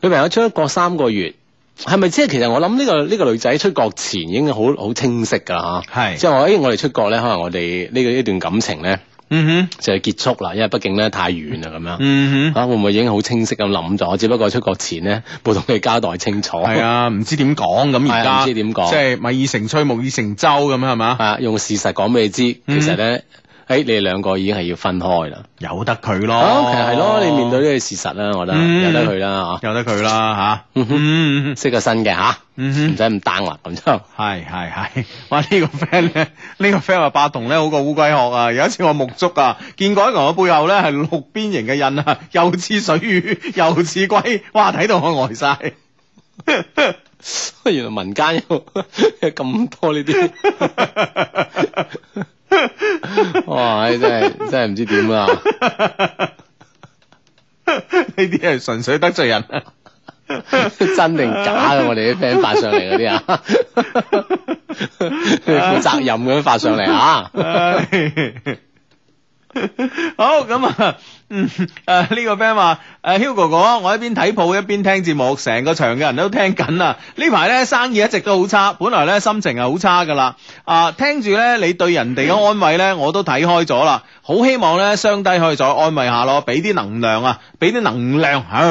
Speaker 3: 女朋友出咗國三個月，係咪即係其實我諗呢、個呢、個女仔出國前已經好好清晰㗎啦嚇，
Speaker 4: 係
Speaker 3: 即係哎我誒我哋出國咧，可能我哋呢個呢段感情咧
Speaker 4: 嗯哼，
Speaker 3: 就係結束啦，因為畢竟咧太遠啦咁樣。
Speaker 4: 嗯哼。
Speaker 3: 啊，會唔會已經好清晰咁諗咗？只不過出國前咧冇同佢交代清楚，
Speaker 4: 係
Speaker 3: 係
Speaker 4: 啊，唔知點講咁而
Speaker 3: 係
Speaker 4: 家，
Speaker 3: 啊唔知點講
Speaker 4: 即係米已成炊，木已成舟咁樣係 嘛？
Speaker 3: 啊，用事實講俾你知，
Speaker 4: 嗯
Speaker 3: 其實咧，誒你哋兩個已經係要分開啦。
Speaker 4: 由得佢咯，
Speaker 3: 啊，其實係咯，你面對呢個事實啦，我覺得
Speaker 4: 哦嗯
Speaker 3: 由得佢啦
Speaker 4: 由得佢啦吓，
Speaker 3: 嗯哼
Speaker 4: 嗯
Speaker 3: 嚇，識個新嘅吓，
Speaker 4: 嗯
Speaker 3: 唔
Speaker 4: 哼
Speaker 3: 使。咁 down 啦咁就。
Speaker 4: 係係係，哇！呢、個 friend 咧，呢、個 friend 話八同咧好過烏龜殼啊！有一次我沐足啊，見過一個人嘅背後咧係六邊形嘅印啊， 又似水魚 又似龜，哇！睇到我呆晒。
Speaker 3: 原來民間有 有咁多呢啲，哇！真係真係唔知點啊！
Speaker 4: 呢啲係純粹得罪人，啊
Speaker 3: 真定假啊嘅？我哋啲 friend 發上嚟嗰啲啊， 負責任咁發上嚟啊！
Speaker 4: 唉 好咁啊， 嗯，誒、呢、個 friend 話，誒、Hugo 啊哥哥，我一邊睇鋪一邊聽節目，成個場嘅人都聽緊啊！呢排咧生意一直都好差，本來咧心情係好差噶啦，啊，聽住咧你對人哋嘅安慰咧，我都睇開咗啦，好希望咧雙低可以再安慰下咯，俾啲能量啊，俾啲能量，唉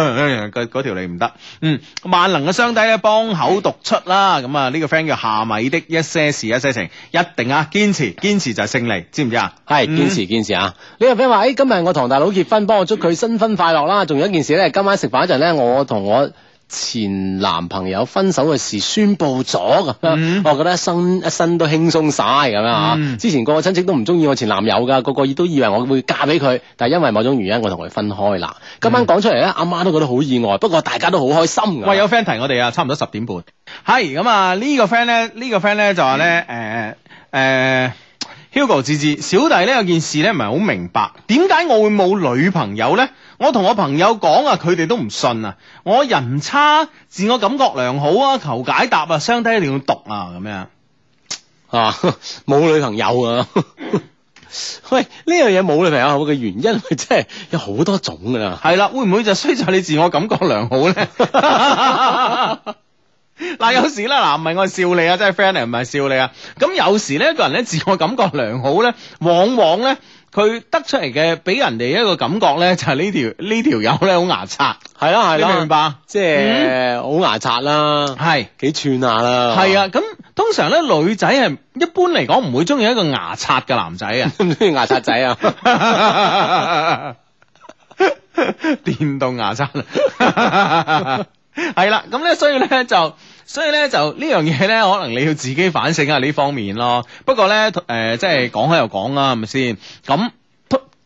Speaker 4: 嗰嗰條你唔得，嗯，萬能嘅雙低咧幫口讀出啦，咁啊呢個 friend 叫夏米的一些事一些情，一定啊，堅持堅持就係勝利，知唔知啊？
Speaker 3: 係
Speaker 4: 嗯
Speaker 3: 堅持堅持啊！呢個 friend 話：，誒，今日我堂大佬結婚，幫我祝佢新婚快樂啦！仲有一件事咧，今晚食飯嗰陣咧，我同我前男朋友分手嘅事宣佈咗咁
Speaker 4: 嗯
Speaker 3: 樣， 我覺得一生一生都輕鬆晒咁樣啊！
Speaker 4: 嗯
Speaker 3: 之前個個親戚都唔中意我前男友噶，個個都以為我會嫁俾佢，但係因為某種原因，我同佢分開啦。今晚講出嚟咧，阿媽都覺得好意外，不過大家都好開心㗎
Speaker 4: 嗯喂，有 friend 提我哋啊，差唔多十點半。係咁啊，呢個 friend 咧，呢個 friend 咧就話咧，誒誒，Hugo 志志，小弟咧有件事咧唔係好明白，點解我會冇女朋友咧？我同我朋友講啊，佢哋都唔信啊。我人唔差，自我感覺良好啊，求解答啊，相低一定要讀啊，咁樣。
Speaker 3: 啊， 冇女朋友啊！ 喂，呢樣嘢冇女朋友嘅原因，真係有好多種㗎啦。
Speaker 4: 係啦，會唔會就衰在你自我感覺良好咧？ 嗱，有時咧，嗱，唔係我笑你啊，真係 friend 嚟，唔係笑你啊。咁有時咧，一個人咧自我感覺良好咧，往往咧佢得出嚟嘅俾人哋一個感覺咧，就係呢條呢條友咧好牙刷，
Speaker 3: 係啦係
Speaker 4: 你
Speaker 3: 啦，嗯
Speaker 4: 明唔明白？
Speaker 3: 即係好牙刷啦，
Speaker 4: 係
Speaker 3: 幾串下啦，
Speaker 4: 係，啊，咁通常咧女仔係一般嚟講唔會中意一個牙刷嘅男仔啊。
Speaker 3: 唔中意牙刷仔啊，
Speaker 4: 電動牙刷啊，係啦，咁咧，所以咧就，所以咧就呢樣嘢咧，可能你要自己反省下呢方面咯。不過咧，誒、即係講開又講啦，係咪先？咁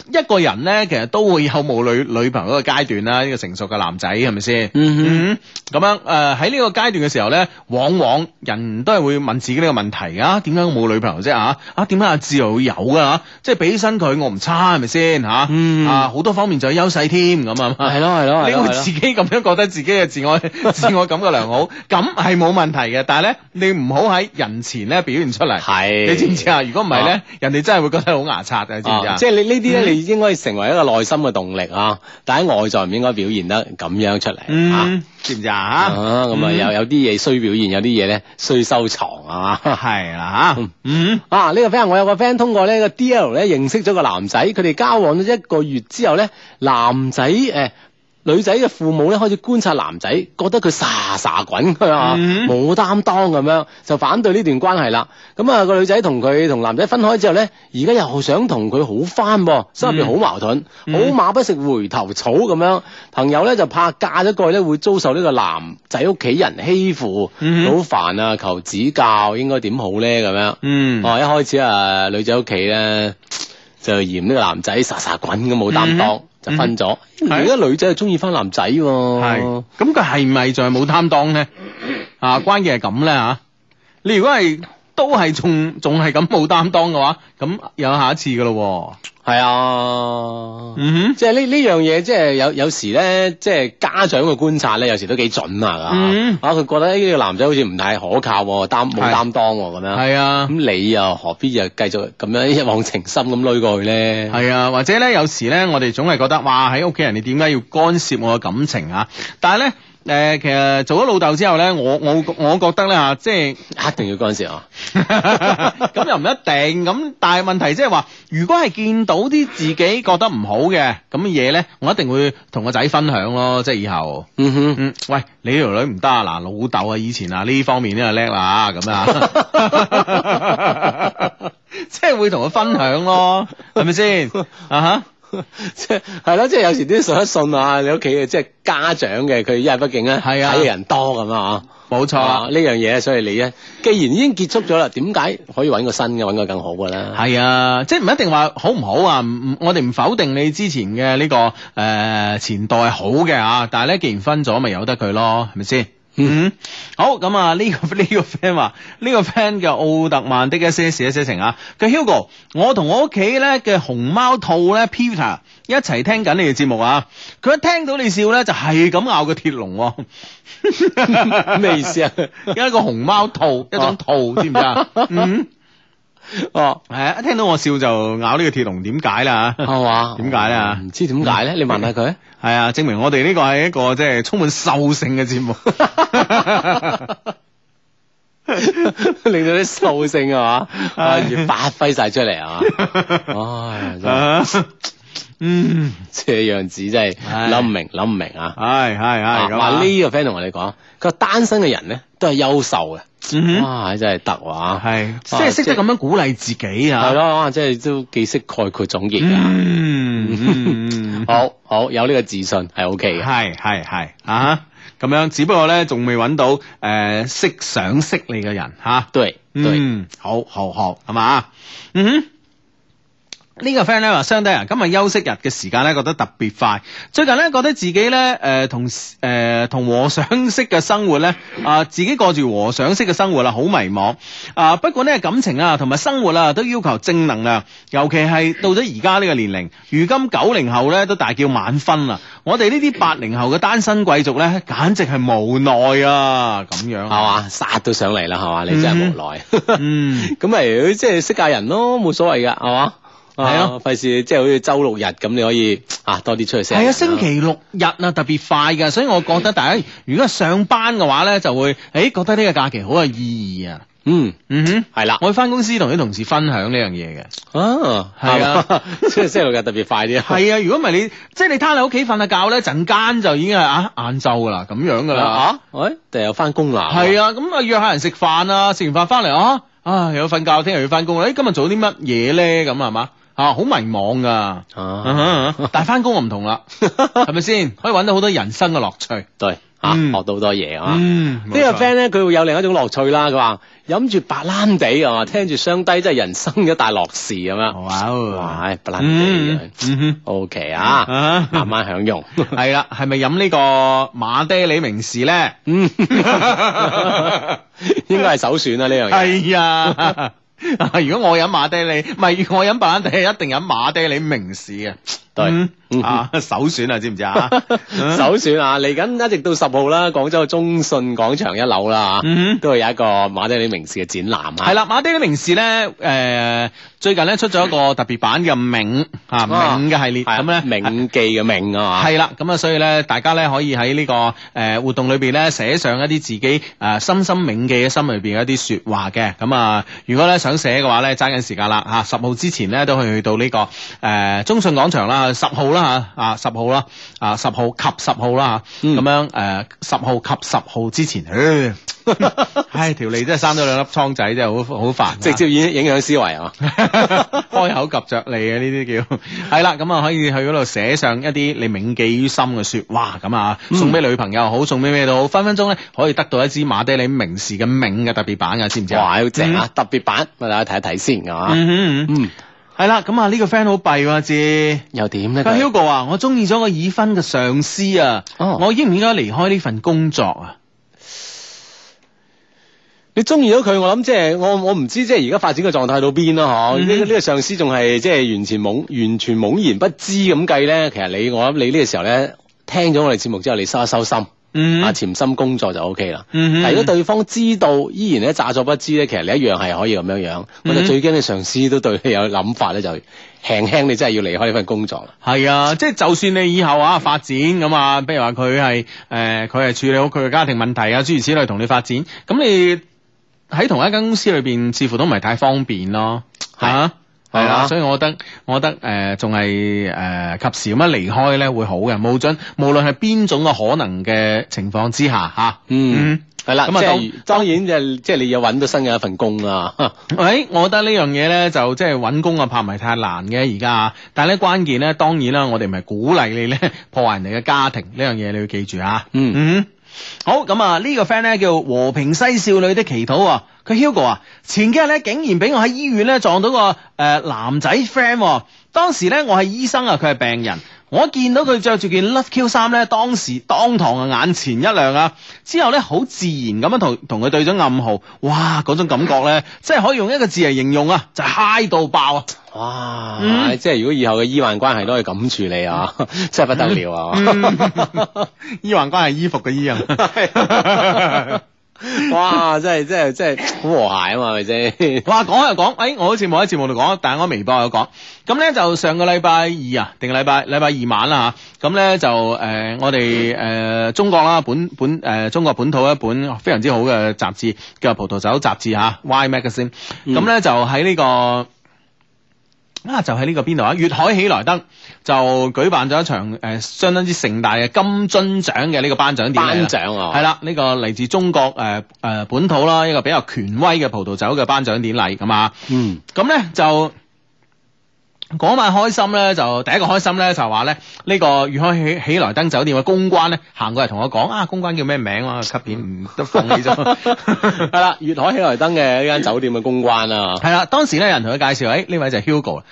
Speaker 4: 一個人咧，其實都會有冇女女朋友嘅階段啦。呢、個成熟嘅男仔係咪先？
Speaker 3: 嗯
Speaker 4: 嗯，咁樣誒喺呢個階段嘅時候咧，往往人都係會問自己呢個問題啊，點解我冇女朋友啫啊？啊，點解阿志又會有噶啊？即係比起身佢，我唔差係咪先吓？
Speaker 3: 嗯
Speaker 4: 啊，好多方面就有優勢添咁啊 嘛。
Speaker 3: 係咯係咯係
Speaker 4: 你
Speaker 3: 咯
Speaker 4: 會
Speaker 3: 係
Speaker 4: 自
Speaker 3: 咯，
Speaker 4: 己咁樣覺得自己嘅自我 自我感覺良好，咁係冇問題嘅。但係咧，你唔好喺人前咧表現出嚟。
Speaker 3: 係
Speaker 4: 啊你知唔知啊？如果唔係咧，人哋真係會覺得好牙刷嘅，知唔知
Speaker 3: 啊嗯
Speaker 4: 啊？
Speaker 3: 即係你呢啲咧，你哋應該成為一個內心嘅動力啊，但喺外在唔應該表現得咁樣出嚟啊。
Speaker 4: 嗯，知唔知啊？吓
Speaker 3: 啊，咁啊
Speaker 4: 嗯
Speaker 3: 有有啲嘢需表現，有啲嘢咧需收藏啊。
Speaker 4: 係啦吓，嗯，
Speaker 3: 啊！呢、個 friend 我有個 friend 通過呢個 D L 咧認識咗個男仔，佢哋交往咗一個月之後咧，男仔誒、呃女仔嘅父母咧開始觀察男仔，覺得佢傻傻滾佢啊，
Speaker 4: 嗯
Speaker 3: 冇擔當咁樣，就反對呢段關係啦。咁啊個女仔同佢同男仔分開之後咧，而家又想同佢好翻喎，心入邊好矛盾，好、
Speaker 4: 嗯
Speaker 3: 馬不食回頭草咁樣。朋友咧就怕嫁咗過去咧會遭受呢個男仔屋企人欺負，好、
Speaker 4: 嗯
Speaker 3: 煩啊！求指教應該點好咧咁樣。
Speaker 4: 嗯，
Speaker 3: 哦，一開始啊，女仔屋企咧就嫌呢個男仔傻傻滾咁冇擔當，就分咗。
Speaker 4: 嗯
Speaker 3: 而家女仔就中意翻男仔喎，
Speaker 4: 係，咁佢係咪就係冇擔當咧？啊，關鍵係咁咧吓，你如果係都係仲仲係咁冇擔當嘅話，咁有下一次噶咯
Speaker 3: 係啊
Speaker 4: 喎。。嗯
Speaker 3: 即係呢呢樣嘢，即係有有時咧，即係家長嘅觀察咧，有時都幾準啊！
Speaker 4: 嗯
Speaker 3: 啊，佢覺得呢個男仔好似唔太可靠喎，擔冇
Speaker 4: 係
Speaker 3: 擔當喎咁
Speaker 4: 哼，
Speaker 3: 樣。
Speaker 4: 係啊。
Speaker 3: 咁你又何必又繼續咁樣一往情深咁攏過去咧？
Speaker 4: 係啊，或者咧，有時咧，我哋總係覺得，哇，喺屋企人你點解要干涉我嘅感情啊？但係咧，誒、其實呃做咗老豆之後咧，我我我覺得咧嚇，即係
Speaker 3: 一定要嗰陣時啊！
Speaker 4: 咁又唔一定，咁但係問題即係話，如果係見到啲自己覺得唔好嘅咁嘅嘢咧，我一定會同個仔分享咯，即係以後。
Speaker 3: 嗯哼，
Speaker 4: 嗯，喂，你條女唔得啊！嗱，老豆啊，以前啊呢方面呢就叻啦，咁啊， 即係會同佢分享咯，係咪先？啊哈！
Speaker 3: 即係係咯，即係有時都信一信啊！你屋企嘅即係家長嘅，佢因為畢竟咧睇
Speaker 4: 係啊
Speaker 3: 嘅人多咁啊，
Speaker 4: 冇錯
Speaker 3: 啊
Speaker 4: 啊，
Speaker 3: 呢樣嘢，所以你咧既然已經結束咗啦，點解可以揾個新嘅，揾個更好嘅啦？
Speaker 4: 係啊，即係唔一定話好唔好啊，唔唔我哋唔否定你之前嘅呢、個誒、呃前代係好嘅啊，但係咧既然分咗，咪由得佢咯，係咪先？嗯，好咁啊！呢、個 呢、個 friend 話，呢、個 friend 叫奧特曼的一些事一些情啊。佢 Hugo，我同我屋企咧嘅熊貓兔咧 Peter 一齊聽緊你嘅節目啊。佢一聽到你笑咧，就係咁咬個鐵籠喎。
Speaker 3: 咩意思 啊？
Speaker 4: 一個熊貓兔，一種兔，知唔知 啊？嗯，
Speaker 3: 哦，
Speaker 4: 係啊！一聽到我笑就咬呢個鐵籠，點解啦？
Speaker 3: 係嘛？
Speaker 4: 點解咧
Speaker 3: 嗯唔知點解咧？你問下 佢。
Speaker 4: 係啊，證明我哋呢個係一個即係充滿獸性嘅節 目。
Speaker 3: 令到啲獸性啊嘛，啊
Speaker 4: 唉
Speaker 3: 要發揮晒出嚟啊 嘛，唉，真係
Speaker 4: 啊嗯，
Speaker 3: 這樣子真係
Speaker 4: 唉
Speaker 3: 諗唔明，諗唔明啊！
Speaker 4: 係係
Speaker 3: 啊
Speaker 4: 係咁
Speaker 3: 話呢個 friend 同我哋講，佢話單身嘅人咧都係優秀嘅，
Speaker 4: 嗯
Speaker 3: 哇，真係得啊
Speaker 4: 哼，
Speaker 3: 哇！
Speaker 4: 係即係識得咁樣鼓勵自己啊。
Speaker 3: 係咯，即係都幾識概括總結㗎。
Speaker 4: 嗯， 嗯，
Speaker 3: 好好有呢個自信係 O K 嘅，
Speaker 4: 係係係啊，咁樣只不過咧仲未揾到誒識想識你嘅人吓。
Speaker 3: 對對，
Speaker 4: 嗯，好好好，係嘛？嗯哼。呢個 friend 咧話，相低啊，今日休息日嘅時間咧，覺得特別快。最近咧，覺得自己咧，誒、同誒、同和尚式嘅生活咧，啊、自己過住和尚式嘅生活啦，好迷茫。啊、不過咧，感情啊，同埋生活啊，都要求正能量，尤其係到咗而家呢個年齡，如今九零後咧都大叫晚婚啦。我哋呢啲八零後嘅單身貴族咧，簡直係無奈啊，咁樣
Speaker 3: 係？嘛，殺到上嚟啦，係嘛，你真係無奈，
Speaker 4: 嗯。
Speaker 3: 咁咪即係識下人咯，冇所謂㗎，係嘛，
Speaker 4: 係咯
Speaker 3: 啊，費事即係好似周六日咁，你可以啊多啲出去識下
Speaker 4: 係
Speaker 3: 人
Speaker 4: 啊，
Speaker 3: 啦。
Speaker 4: 星期六日啊，特別快㗎，所以我覺得大家
Speaker 3: 嗯
Speaker 4: 如果上班嘅話咧，就會誒、欸、覺得呢個假期好有意義啊。
Speaker 3: 嗯
Speaker 4: 嗯哼，
Speaker 3: 係啦，
Speaker 4: 我會翻公司同啲同事分享呢樣嘢嘅。
Speaker 3: 啊
Speaker 4: 係啊，
Speaker 3: 即係星期六日特別快啲啊，
Speaker 4: 係啊，如果唔係你即係你攤喺屋企瞓下覺咧，陣間就已經係啊晏晝㗎啦，咁樣㗎啦。
Speaker 3: 啊，喂，第日翻工啦，
Speaker 4: 係啊，咁啊約下人食飯啊，食完飯翻嚟啊，啊又要瞓覺，聽日要翻工啦。誒今日做啲乜嘢咧？咁係嘛？啊，好迷茫㗎。
Speaker 3: 啊，
Speaker 4: 嗯哼但係翻工我唔 同啦，係咪先？可以揾到好多人生嘅樂趣。
Speaker 3: 對啊，
Speaker 4: 嗯
Speaker 3: 學到好多嘢啊。
Speaker 4: 嗯，
Speaker 3: 呢個 friend 咧，佢會有另一種樂趣啦。佢話飲住白蘭地啊，聽住雙低，真係人生嘅一大樂事咁樣。
Speaker 4: 哇
Speaker 3: 哇，
Speaker 4: 哦，
Speaker 3: 唉白蘭
Speaker 4: 嗯
Speaker 3: 地
Speaker 4: 嗯
Speaker 3: O K
Speaker 4: 哼，
Speaker 3: 啊，
Speaker 4: 啊，
Speaker 3: 慢慢享 用。
Speaker 4: 係啦，係咪飲呢個馬爹利明士咧？
Speaker 3: 嗯，應該係首選啦呢樣嘢。
Speaker 4: 係啊。 如果我飲馬爹利，唔係如果我飲白蘭地，一定飲馬爹利明士嘅。
Speaker 3: 對
Speaker 4: 嗯啊，首選啊，知唔知 啊？
Speaker 3: 首選啊，嚟緊一直到十號啦，廣州嘅中信廣場一樓啦，啊
Speaker 4: 嗯哼
Speaker 3: 都會有一個馬德里名士嘅展覽啊。
Speaker 4: 系啦，馬爹啲名士咧，誒、最近咧出咗一個特別版嘅銘啊
Speaker 3: 啊
Speaker 4: 銘嘅系列，
Speaker 3: 係啊，
Speaker 4: 咁咧
Speaker 3: 銘記嘅銘啊嘛。
Speaker 4: 係啦，咁啊，所以咧，大家咧可以喺呢、個誒、活動裏邊咧寫上一啲自己誒、深深銘記嘅心裏邊一啲説話嘅。咁啊，如果咧想寫嘅話咧，揸緊時間啦嚇，啊十、號之前咧都可以去到呢、個誒、中信廣場啦，十號啦嚇，啊十號啦，啊十號及十號啦嚇，
Speaker 3: 嗯
Speaker 4: 咁、樣誒十、號及十號之前，唉唉條脷真係生咗兩粒瘡仔，真係好好煩啊。
Speaker 3: 直接影影響思維啊！
Speaker 4: 開口及着你嘅呢啲叫係啦，咁啊可以去嗰度寫上一啲你銘記於心嘅说話咁啊，送俾女朋友又好，送俾咩都好，分分鐘咧可以得到一支馬爹利名士嘅銘嘅特別版嘅，知唔知啊？
Speaker 3: 哇，好正啊！特別版，咪大家睇一睇先，係嘛？
Speaker 4: 嗯哼！嗯哼，
Speaker 3: 嗯，
Speaker 4: 係啦，咁啊呢個 friend 好弊喎，志。
Speaker 3: 又點咧？
Speaker 4: 佢
Speaker 3: 佢
Speaker 4: Hugo 啊，我中意咗個已婚嘅上司啊，
Speaker 3: 哦
Speaker 4: 我應唔應該離開呢份工作啊？
Speaker 3: 你中意咗佢，我諗即係我我唔知即係而家發展嘅狀態到邊啦，嗬？
Speaker 4: 嗯
Speaker 3: 呢個呢個上司仲係即係完全懵完全懵然不知咁計咧。其實你我諗你呢個時候咧，聽咗我哋節目之後，你收一收心，
Speaker 4: 嗯
Speaker 3: 啊，潛心工作就 O K 啦。
Speaker 4: 嗯哼
Speaker 3: 但如果對方知道依然咧詐作不知咧，其實你一樣係可以咁樣樣。我就
Speaker 4: 嗯
Speaker 3: 最驚你上司都對你有諗法咧，就輕輕你真係要離開呢份工作啦。
Speaker 4: 係啊，即係就算你以後啊發展咁啊，譬如話佢係誒佢係處理好佢嘅家庭問題啊，諸如此類同你發展，咁你喺同一間公司裏邊，似乎都唔係太方便咯，
Speaker 3: 係
Speaker 4: 嚇。系
Speaker 3: 係
Speaker 4: 啦，
Speaker 3: 啊
Speaker 4: 所以我覺得，我覺得誒仲係誒及時咁樣離開咧會好嘅，無準無論係邊種嘅可能嘅情況之下嚇。
Speaker 3: 嗯，係啦，
Speaker 4: 咁啊
Speaker 3: 即係當
Speaker 4: 當
Speaker 3: 然就即係你要揾到新嘅一份工啦。
Speaker 4: 喂，哎我覺得呢樣嘢咧就即係揾工啊，怕唔係太難嘅而家啊。但係咧關鍵咧，當然啦，我哋唔係鼓勵你咧 破壞人哋嘅家庭呢樣嘢，你要記住啊。
Speaker 3: 嗯
Speaker 4: 嗯。好咁啊！呢、個 friend 咧叫和平西少女的祈禱啊，佢 Hugo 啊，前幾日咧竟然俾我喺醫院咧撞到個誒、呃男仔 friend，、喎。當時咧我係醫生啊，佢係病人，我見到佢着住件 Love Q 衫咧，當時當堂啊眼前一亮啊！之後咧好自然咁樣同同佢對咗暗號，哇！嗰種感覺咧，真係可以用一個字嚟形容啊，就係嗨到爆啊！
Speaker 3: 哇！
Speaker 4: 嗯
Speaker 3: 即係如果以後嘅醫患關係都可以咁處理啊， 真係不得了啊！
Speaker 4: 醫患關係衣服嘅醫啊，
Speaker 3: 嗯 哇！真係真係真係好和諧啊嘛，係咪 先？
Speaker 4: 哇，講又講，誒、我好似冇喺節目度講，但係我微博有講。咁咧就上個禮拜二啊，定禮拜禮拜二晚啦嚇。咁咧就誒、呃我哋誒、呃中國啦，本本誒、呃中國本土一本呃非常之好嘅雜誌，叫《葡萄酒雜誌》嚇、y Magazine）。咁咧就喺呢、個。啊，就喺呢個邊度啊？粵海喜來登就舉辦咗一場誒、呃相當之盛大嘅金樽獎嘅呢個頒獎典禮啦
Speaker 3: 頒獎啊
Speaker 4: 係啦，呢、個嚟自中國誒誒、呃呃本土啦，一個比較權威嘅葡萄酒嘅頒獎典禮咁啊。
Speaker 3: 嗯，
Speaker 4: 咁咧就嗰晚開心咧，就第一個開心咧就係話咧呢、個粵海喜喜來登酒店嘅公關咧行過嚟同我講啊，公關叫咩名啊？吸片唔得放棄 咗。
Speaker 3: 係啦，粵海喜來登嘅呢間酒店嘅公關啊，
Speaker 4: 係啦，當時咧有人同佢介紹，誒、呢位就係 Hugo 啦。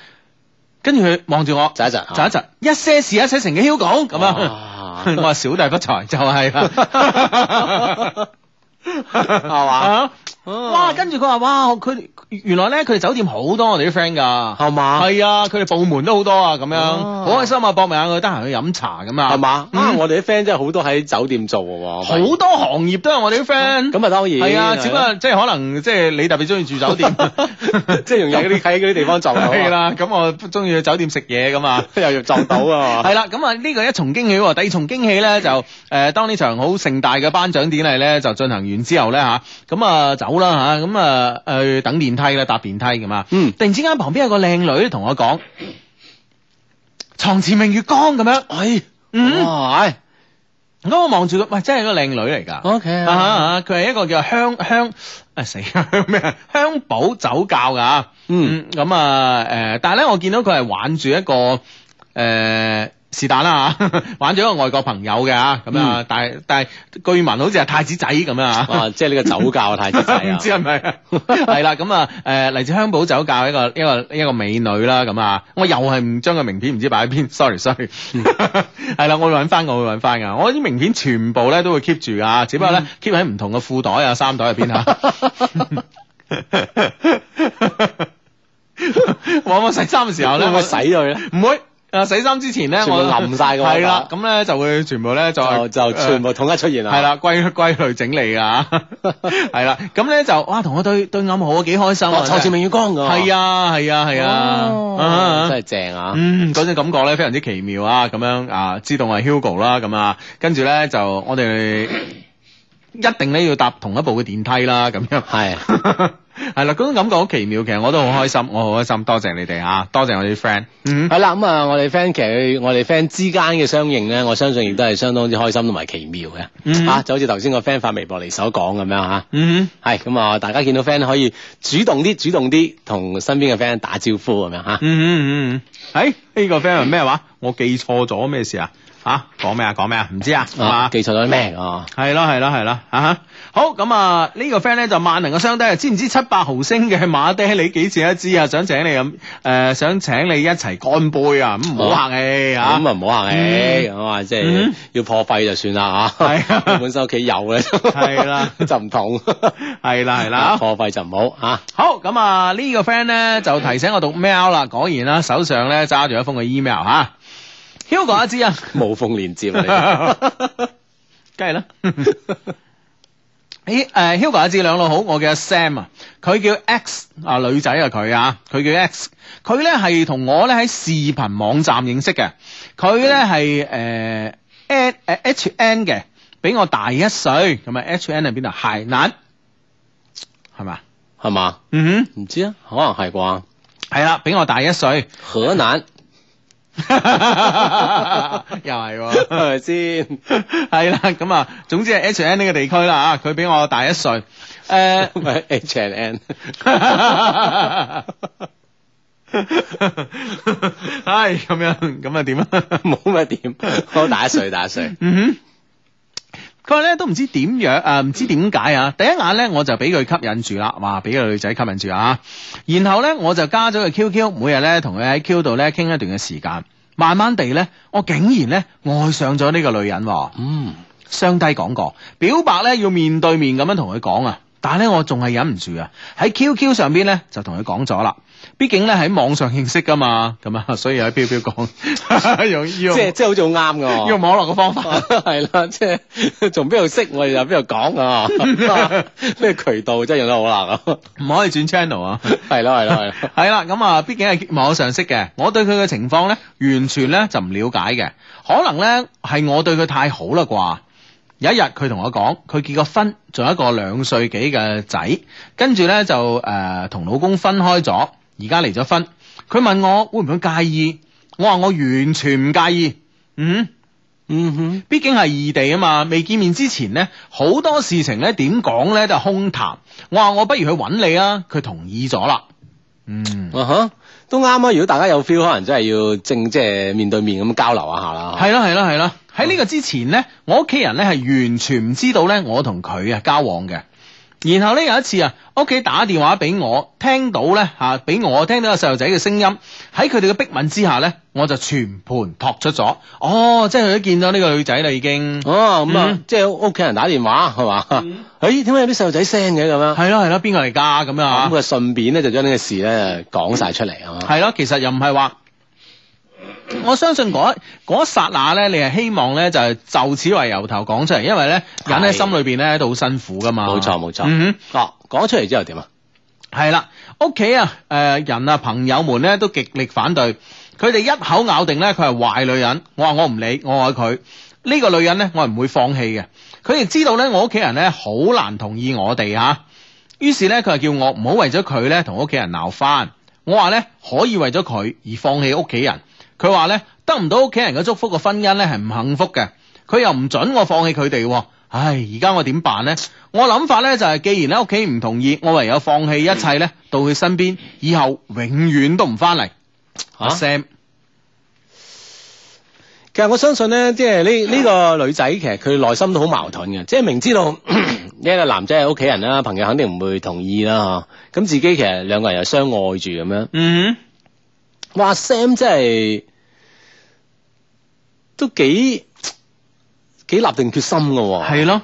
Speaker 4: 跟住佢望住我，
Speaker 3: 窒一啊窒
Speaker 4: 窒一窒，一些事一些情嘅 Hugo 咁啊。
Speaker 3: 啊，
Speaker 4: 我話小弟不才就係 啦。
Speaker 3: 係嘛？
Speaker 4: 啊！
Speaker 3: 嗯
Speaker 4: 哇！跟住佢話：哇！佢原來咧，佢哋酒店好多我哋啲 friend 㗎，
Speaker 3: 係嘛
Speaker 4: 係啊，佢哋部門都好多啊，咁樣
Speaker 3: 哦
Speaker 4: 好開心啊！搏命啊，佢得閒去飲茶咁啊，
Speaker 3: 係嘛？
Speaker 4: 嗯
Speaker 3: 啊，我哋啲 friend 真係好多喺酒店做嘅喎，
Speaker 4: 好多行業都有我哋啲 friend。
Speaker 3: 咁啊，當然
Speaker 4: 係啊，只不過即係可能即係你特別中意住酒店，
Speaker 3: 即係容易喺嗰啲 喺嗰啲地方做啊
Speaker 4: 係啦。咁我中意去酒店食嘢咁啊。
Speaker 3: 又要撞到啊嘛，
Speaker 4: 係啦，咁啊呢個一重驚喜喎，第二重驚喜咧就誒、呃，當呢場好盛大嘅頒獎典禮咧就進行完之後咧吓，咁啊走啦吓，咁啊去等電梯啦，搭電梯咁啊嘛，
Speaker 3: 嗯
Speaker 4: 突然之間旁邊有個靚女同我講，床前明月光咁樣，
Speaker 3: 哎，
Speaker 4: 嗯
Speaker 3: 哇，哦係
Speaker 4: 咁我望住佢，喂，真係個靚女嚟㗎。
Speaker 3: ，OK
Speaker 4: 啊啊啊！佢係一個叫香香啊死香 咩啊香寶酒窖噶，
Speaker 3: 嗯
Speaker 4: 咁啊誒，但係咧我見到佢係玩住一個誒是但啦嚇， 玩住一個外國朋友嘅嚇，咁
Speaker 3: 嗯
Speaker 4: 啊，但係但係據聞好似係太子仔咁樣啊。
Speaker 3: 哇！即係呢個酒窖太仔
Speaker 4: 唔
Speaker 3: 啊
Speaker 4: 知，係 咪啊？係啦，咁啊，誒嚟自香堡酒窖一個一個一個美女啦，咁啊，我又係唔將個名片唔知擺喺邊，sorry sorry，係
Speaker 3: 嗯
Speaker 4: 啦，我會揾翻，我會揾翻噶，我啲名片全部咧都會 keep 住噶，只不過
Speaker 3: 嗯
Speaker 4: 咧 keep 喺唔同嘅褲袋啊、衫袋入邊 嚇。我我洗衫嘅時候咧，
Speaker 3: 會唔會洗咗佢咧？
Speaker 4: 唔會。啊洗衫之前咧，
Speaker 3: 全部
Speaker 4: 我
Speaker 3: 冧晒㗎嘛
Speaker 4: 係啦，咁咧就會全部咧呃就
Speaker 3: 就就全部統一出現啦。啊
Speaker 4: 系啦，歸歸類整 理啊，係啦，咁咧就哇同我對對暗號啊，幾開心啊
Speaker 3: 哦，！坐住明月光㗎。
Speaker 4: 係啊，係啊，係啊
Speaker 3: 哦
Speaker 4: 啊啊，
Speaker 3: 真係正啊！
Speaker 4: 嗯，嗰種感覺咧非常之奇妙啊！咁樣啊，知道我係 Hugo 啦，咁啊，跟住咧就我哋 一定咧要搭同一部嘅電梯啦，咁樣。
Speaker 3: 係
Speaker 4: 係啦，嗰種感覺好奇妙，其實我都好開心，我好開心，多謝你哋啊，多謝我啲 friend。嗯，
Speaker 3: 係啦，咁啊，我哋 friend 其實我哋 friend 之間嘅相應咧，我相信亦都係相當之開心同埋奇妙嘅。
Speaker 4: 嗯
Speaker 3: 啊，就好似頭先個 friend 發微博嚟所講咁樣嚇。
Speaker 4: 嗯
Speaker 3: 係咁啊，大家見到 friend 可以主動啲，主動啲同身邊嘅 friend 打招呼咁樣啊嚇
Speaker 4: 哼，。嗯嗯嗯嗯，誒呢個 friend 係咩話？我記錯咗咩事啊？嚇，講咩啊？講咩啊？唔知啊，係嘛
Speaker 3: 啊，？記錯咗咩啊？
Speaker 4: 係啦係啦係啦，啊哈！好咁啊，呢個 friend 咧就萬能嘅雙低，知唔知七百毫升嘅馬爹利幾錢一支啊？想請你飲，誒、呃想請你一齊乾杯啊！咁唔好客氣啊！
Speaker 3: 咁啊唔好客氣，咁啊即係
Speaker 4: 嗯
Speaker 3: 要破費就算啦嚇。
Speaker 4: 係啊
Speaker 3: 本身屋企有咧，
Speaker 4: 係啦
Speaker 3: 就唔同。 啊
Speaker 4: 係啦係啦，
Speaker 3: 破費就唔好嚇。
Speaker 4: 好咁啊！呢、個 friend 咧就提醒我讀 mail 啦，果然啦，手上咧揸住一封嘅 email 吓、Hugo 阿芝啊！
Speaker 3: 無縫連接嚟。
Speaker 4: 梗係啦。 咦，誒、Hugo 阿志兩老好，我叫阿 Sam 啊，佢叫 X 啊，女仔啊佢啊，佢叫 X，佢咧係同我咧喺視頻網站認識嘅，佢咧係誒 N 誒 H N 嘅，比我大一歲，咁啊 H N 係邊度？鞋男係嘛？
Speaker 3: 係嘛？
Speaker 4: 嗯
Speaker 3: 唔知啊，可能係啩？
Speaker 4: 哼，係啦，比我大一歲，
Speaker 3: 河南
Speaker 4: 又係喎。
Speaker 3: 係咪先？
Speaker 4: 系啦，咁啊，總之係 H N 呢個地區啦啊，佢比我大一歲。诶、
Speaker 3: 唔係 H and N，
Speaker 4: 唉，咁樣咁啊點 啊？
Speaker 3: 冇乜點，我打一歲打一歲。
Speaker 4: 嗯哼，佢話咧都唔知點樣诶，呃唔、知點解啊！第一眼咧我就俾佢吸引住啦，哇，俾個女仔吸引住啊！然後咧我就加咗佢 QQ，每日咧同佢喺 Q 度咧傾一段嘅時間，慢慢地咧，我竟然咧愛上咗呢個女人喎、
Speaker 3: 嗯，
Speaker 4: 雙低講過，表白咧要面對面咁樣同佢講啊。但係咧，我仲係忍唔住啊！喺 QQ 上邊咧就同佢講咗啦，畢竟咧喺網上認識噶嘛，咁啊，所以喺飄飄講， 用
Speaker 3: 即
Speaker 4: 用
Speaker 3: 係即係好似好啱㗎
Speaker 4: 用
Speaker 3: 喎。
Speaker 4: 網絡嘅方法。
Speaker 3: 係啦，即係 從邊度識我哋就邊度講 啊！ 呢個渠道真係用得好啦，咁
Speaker 4: 唔可以轉 channel 啊！
Speaker 3: 係咯係咯係咯，
Speaker 4: 係啦，咁啊，畢竟係網上識嘅，我對佢嘅情況咧，完全咧就唔了解嘅，可能咧係我對佢太好啦啩。有一日佢同我講，佢結咗婚，仲有一個兩歲幾嘅仔，跟住咧就誒同、老公分開咗，而家離咗婚。佢問我會唔會介意，我話我完全唔介意。嗯，
Speaker 3: 嗯哼，
Speaker 4: 畢竟係異地啊嘛，未見面之前呢，好多事情呢點講呢都係空談。我話我不如去揾你啊，佢同意咗啦。嗯，
Speaker 3: 啊哈，都啱啊！如果大家有 feel，可能真係要正即係面對面咁交流一下啦。
Speaker 4: 係啦係啦係
Speaker 3: 啊
Speaker 4: 啦。喺呢個之前呢，我屋企人呢係完全唔知道呢我同佢啊交往嘅。然後呢，有一次啊，屋企打電話俾我，聽到呢，嚇，俾我聽到個細路仔嘅聲音，喺佢哋嘅逼問之下呢，我就全盤托出咗。哦，即係佢都見到呢個女仔啦已經。
Speaker 3: 哦，咁啊
Speaker 4: 嗯，
Speaker 3: 即係屋企人打電話係嘛？ 誒，點解有啲細路仔聲嘅咁樣？
Speaker 4: 係咯係咯，邊個嚟㗎咁樣啊
Speaker 3: 咁？佢順便咧就將呢個事咧講晒出嚟係嘛？
Speaker 4: 係咯，其實又唔係話。我相信嗰一嗰一剎那咧，你係希望咧就係就此為由頭講出嚟，因為咧人喺
Speaker 3: 係
Speaker 4: 心裏邊咧都好辛苦噶嘛。
Speaker 3: 冇錯冇錯
Speaker 4: 嗯
Speaker 3: 哦，講出嚟之後點啊？
Speaker 4: 哼，係啦，屋企啊，誒、人啊，朋友們咧都極力反對，佢哋一口咬定咧佢係壞女人。我話我唔理，我愛佢呢、個女人咧，我係唔會放棄嘅。佢哋知道咧，我屋企人咧好難同意我哋嚇。於是咧，佢就叫我唔好為咗佢咧同屋企人鬧翻。我話咧可以為咗佢而放棄屋企人。佢話咧得唔到屋企人嘅祝福嘅婚姻咧係唔幸福嘅。佢又唔准我放棄佢哋喎。唉，而家我點辦呢？我諗法咧就係、既然咧屋企唔同意，我唯有放棄一切咧，到佢身邊，以後永遠都唔翻嚟。
Speaker 3: 啊
Speaker 4: 阿 Sam，
Speaker 3: 其實我相信咧，即係呢呢個女仔其實佢內心都好矛盾嘅，即係明知道 一個男仔係屋企人啦，朋友肯定唔會同意啦嚇，咁自己其實兩個人又相愛住咁樣。
Speaker 4: 嗯
Speaker 3: 哇，Sam 真係都幾幾立定決心嘅
Speaker 4: 哼，
Speaker 3: 喎。
Speaker 4: 係咯，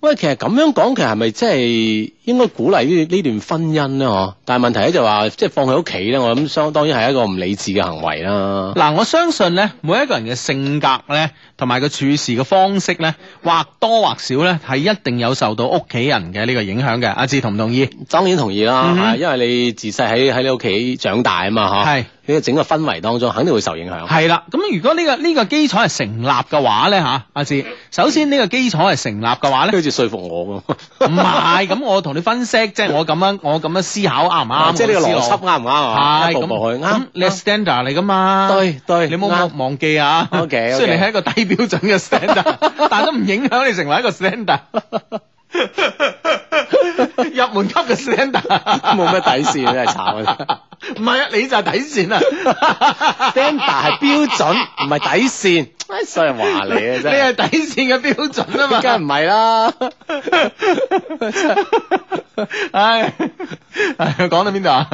Speaker 3: 喂，其實咁樣講，其實係咪真係應該鼓勵呢呢段婚姻啦，嗬。但係問題咧就話，即係放喺屋企咧，我諗相當於係一個唔理智嘅行為啦。
Speaker 4: 嗱，我相信咧，每一個人嘅性格咧，同埋個處事嘅方式咧，或多或少咧，係一定有受到屋企人嘅呢個影響嘅。阿志同唔同意？
Speaker 3: 當然同意啦，
Speaker 4: 嗯哼
Speaker 3: 係因為你自細喺喺你屋企長大啊嘛，嗬。
Speaker 4: 係
Speaker 3: 你整個氛圍當中，肯定會受影響。
Speaker 4: 係啦，咁如果呢、個呢、個基礎係成立嘅話咧，吓阿志，首先呢個基礎係成立嘅話咧，
Speaker 3: 跟住說服我咁，
Speaker 4: 唔係咁，我同你分析，即係我咁樣，我咁樣思考啱唔啱？
Speaker 3: 哦 即係呢個邏
Speaker 4: 我思
Speaker 3: 輯
Speaker 4: 路
Speaker 3: 啱唔啱啊？
Speaker 4: 係
Speaker 3: 一步
Speaker 4: 咁
Speaker 3: 步去啱
Speaker 4: 咁，你係 standard 嚟噶嘛？
Speaker 3: 對對，
Speaker 4: 你冇忘
Speaker 3: 啱
Speaker 4: 忘記啊
Speaker 3: OK，OK
Speaker 4: 雖然你係一個低 標準嘅 standard，但都唔影響你成為一個 standard。入門級嘅 standard，
Speaker 3: 冇咩底線真係慘啊！
Speaker 4: 唔係啊，你就係底線啊
Speaker 3: standard 係標 準，唔係底線，唉所以話 你啊
Speaker 4: 你
Speaker 3: 真係，
Speaker 4: 係底線嘅標準啊嘛。
Speaker 3: 梗係唔係啦，
Speaker 4: 唉，唉講到邊度啊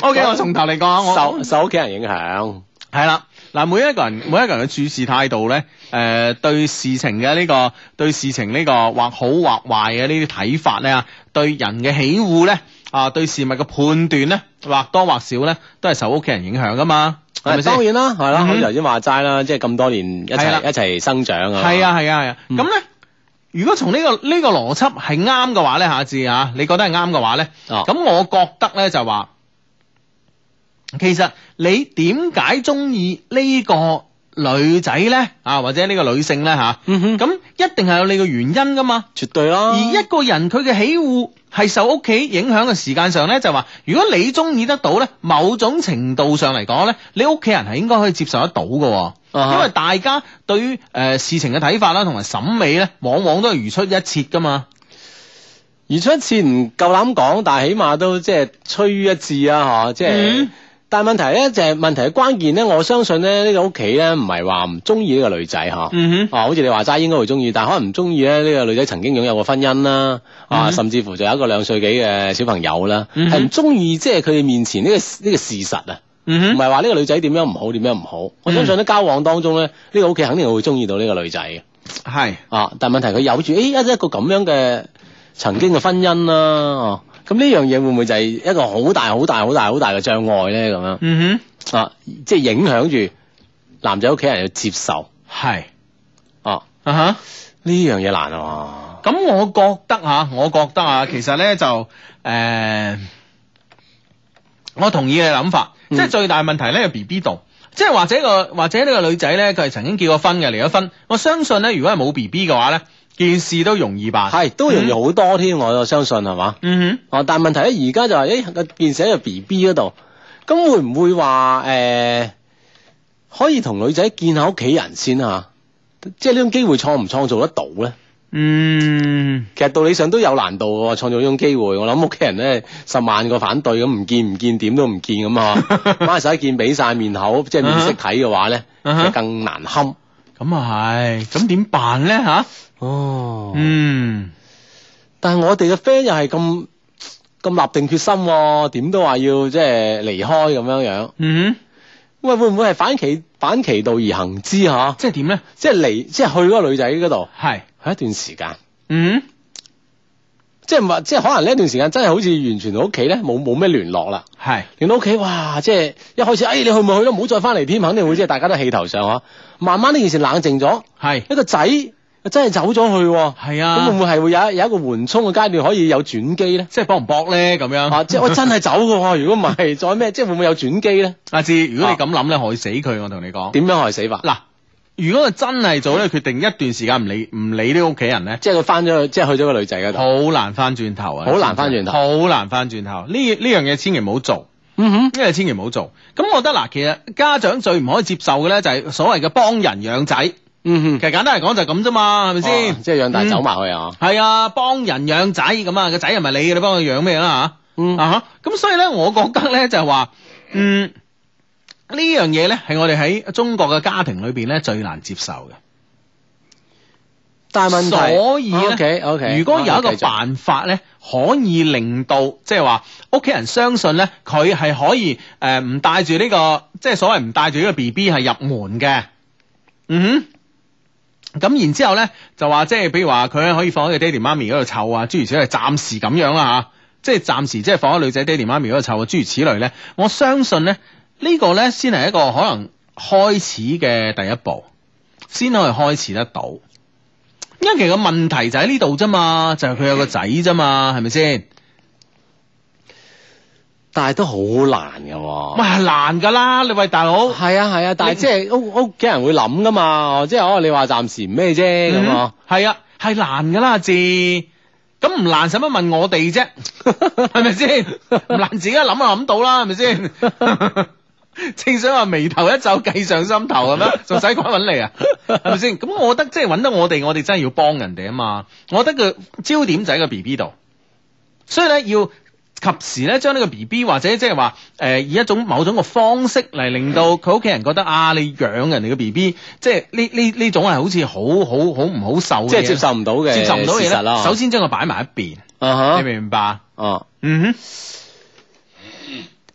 Speaker 4: ？OK，我從頭嚟講，我
Speaker 3: 受受屋企人影響，
Speaker 4: 系啦，嗱，每一個人每一個人嘅處事態度咧，诶、對事情嘅呢、個對事情呢、個或好或壞嘅呢啲睇法咧，對人嘅喜惡咧，啊，對事物嘅判斷咧，或多或少咧，都係受屋企人影響噶嘛，係咪
Speaker 3: 啊係
Speaker 4: 先
Speaker 3: 當？然啦，係啦，
Speaker 4: 嗯
Speaker 3: 好似頭先話齋啦，即係咁多年一
Speaker 4: 係啦
Speaker 3: 齊一齊生長啊，
Speaker 4: 係，啊係啊係啊，
Speaker 3: 嗯
Speaker 4: 咁咧、如果從呢、個呢、個邏輯係啱嘅話咧，下次啊，你覺得係啱嘅話咧，
Speaker 3: 哦
Speaker 4: 咁、我覺得咧就話，其實你點解中意呢個女仔咧啊，或者呢個女性咧吓？
Speaker 3: 嗯哼，
Speaker 4: 咁一定係有你個原因噶嘛。
Speaker 3: 絕對啦，
Speaker 4: 而一個人佢嘅喜惡係受屋企影響嘅時間上咧，就話如果你中意得到咧，某種程度上嚟講咧，你屋企人係應該可以接受得到嘅喎。
Speaker 3: 啊哈
Speaker 4: 因為大家對於誒、呃事情嘅睇法啦，同埋審美咧，往往都係如出一轍噶嘛。
Speaker 3: 而出一次唔夠膽講，但係起碼都即係趨於一致啊！嗬，即係。
Speaker 4: 嗯
Speaker 3: 但係問題咧，就係、問題嘅關鍵咧，我相信咧，呢、個屋企咧唔係話唔中意呢個女仔嗬。
Speaker 4: 嗯
Speaker 3: 啊，好似你話齋應該會中意，但係可能唔中意咧。呢、個女仔曾經擁有過婚姻啦，啊，甚至乎仲有一個兩歲幾嘅小朋友啦，
Speaker 4: 嗯
Speaker 3: 係
Speaker 4: 哼
Speaker 3: 唔中意即係佢哋面前呢、個呢、個事實啊，唔
Speaker 4: 嗯哼，嗯
Speaker 3: 係話呢個女仔點樣唔好，點樣唔好。我相信咧交往當中咧，呢、個屋企肯定會中意到呢個女仔嘅。
Speaker 4: 係。
Speaker 3: 啊，但問題佢有住誒一一個咁樣嘅曾經嘅婚姻啦、哦、咁呢樣嘢會唔會就係一個好大、好大、好大、好大嘅障礙咧？咁樣
Speaker 4: 嗯
Speaker 3: 啊，即係影響住男仔屋企人要接受
Speaker 4: 哼，係。
Speaker 3: 啊，
Speaker 4: 啊哈。
Speaker 3: 呢樣嘢難啊！
Speaker 4: 咁我覺得嚇，我覺得啊，其實咧就誒、呃我同意你嘅諗法，
Speaker 3: 嗯
Speaker 4: 即係最大問題咧係 B B 度。即係或者個或者呢個女仔咧，佢係曾經結過婚嘅，離咗婚。我相信咧，如果係冇 B B 嘅話咧，件事都容易辦。
Speaker 3: 係都容易好多添，我相信係嘛？
Speaker 4: 嗯
Speaker 3: 哦、但問題咧而家就係、誒個件事喺個 B B 嗰度，咁會唔會話誒、可以同女仔見下屋企人先啊？即係呢種機會創唔創造得到咧？
Speaker 4: 哼，嗯，
Speaker 3: 其實道理上都有難度喎，創造呢種機會，我諗屋企人咧十萬個反對咁，唔見唔見點都唔見咁啊！孖手一見俾晒面口，即係面色睇嘅話咧，
Speaker 4: 啊哈
Speaker 3: 就更難堪。
Speaker 4: 咁啊係，咁點辦咧吓，
Speaker 3: 哦
Speaker 4: 嗯，
Speaker 3: 但係我哋嘅 friend 又係咁咁立定決心喎，點都話要即係離開咁樣樣。
Speaker 4: 嗯哼，
Speaker 3: 喂，會唔會係反其反其道而行之嚇？
Speaker 4: 即係點咧？
Speaker 3: 即係離，即係去嗰個女仔嗰度
Speaker 4: 係，
Speaker 3: 係一段時間。
Speaker 4: 嗯
Speaker 3: 即係唔係即係可能呢一段時間真係好似完全同屋企咧冇冇咩聯絡啦。
Speaker 4: 哼，係，
Speaker 3: 令到屋企哇，即係一開始，哎，你去咪去咯，唔好再翻嚟添，肯定會即係大家都氣頭上嗬。慢慢呢件事冷靜咗，
Speaker 4: 係，
Speaker 3: 一個仔真係走咗去喎，
Speaker 4: 係
Speaker 3: 咁會唔
Speaker 4: 啊，
Speaker 3: 會係會有一有一個緩衝嘅階段可以有轉機咧？
Speaker 4: 即係搏唔搏咧？咁樣
Speaker 3: 啊，即係我 真係走嘅喎，如果唔係再咩，即係會唔會有轉機咧？
Speaker 4: 阿志，啊如果
Speaker 3: 啊
Speaker 4: 你咁諗咧，害死佢，我同你講。
Speaker 3: 點樣害死法？
Speaker 4: 嗱，如果佢真係做呢個決定，一段時間唔理唔理呢個屋企人咧，
Speaker 3: 即係佢翻咗去，即係去咗個女仔嗰度。
Speaker 4: 好難翻轉頭啊！
Speaker 3: 好難返轉頭
Speaker 4: 好難翻轉頭。呢呢樣嘢千祈唔好做，
Speaker 3: 嗯哼，
Speaker 4: 呢樣嘢千祈唔好做。咁我覺得嗱，其實家長最唔可以接受嘅咧，就係所謂嘅幫人養仔。
Speaker 3: 嗯
Speaker 4: 其實簡單嚟講就係咁啫嘛，係咪
Speaker 3: 哼，
Speaker 4: 先嗯
Speaker 3: 哦？即係養大走埋去啊！
Speaker 4: 係啊，幫人養仔咁啊，個仔係咪你嘅？你幫佢養咩啦
Speaker 3: 嗯
Speaker 4: 吓？啊哈咁所以咧，我覺得咧就係話，嗯，呢樣嘢咧係我哋喺中國嘅家庭裏邊咧最難接受嘅。
Speaker 3: 但係問題，啊
Speaker 4: 所以咧
Speaker 3: ，OK OK，
Speaker 4: 啊如果有一個
Speaker 3: 辦，
Speaker 4: 辦法咧，可以令到即係話屋企人相信咧，佢係可以誒唔帶住呢個即係所謂唔帶住呢個 B B 係入門嘅，嗯哼。咁然之後咧，就話即係比如話佢可以放喺佢爹哋媽咪嗰度湊啊，諸如此類，暫時咁樣啦嚇，即係暫時即係放喺女仔爹哋媽咪嗰度湊啊，諸如此類咧。我相信咧，呢個咧先係一個可能開始嘅第一步，先可以開始得到。因為其實個問題就喺呢度啫嘛，就係佢有個仔啫嘛，係咪先？
Speaker 3: 但係都好難嘅喎。
Speaker 4: 喂，係難㗎啦！你喂大
Speaker 3: 係
Speaker 4: 佬，
Speaker 3: 哦啊係啊，但係
Speaker 4: 你
Speaker 3: 即係屋屋企人會諗噶嘛，即係哦你話暫時唔咩啫咁啊，
Speaker 4: 係啊，係難㗎啦，阿志。咁唔難使乜問我哋 啫？係咪先？唔難自己諗就諗到啦，係咪先？ 正想話眉頭一皺計上心頭咁樣，仲使鬼揾你啊？係咪先？咁我覺得即係揾到我哋，我哋真係要幫人哋啊嘛。我覺得個焦點就喺個 B B 度，所以咧要。及時咧，將呢個 B B 或者即係話誒，以一種某種嘅方式嚟令到佢屋企人覺得啊，你養人哋嘅 B B，即係呢呢呢種係好似好好好唔好受嘅嘢，
Speaker 3: 即係接受唔到嘅
Speaker 4: 接受唔到
Speaker 3: 事
Speaker 4: 嘢
Speaker 3: 實
Speaker 4: 咧。
Speaker 3: 啦。
Speaker 4: 首先將佢擺埋一邊，
Speaker 3: 啊
Speaker 4: 你
Speaker 3: 哈，
Speaker 4: 明唔明白？
Speaker 3: 哦。
Speaker 4: 嗯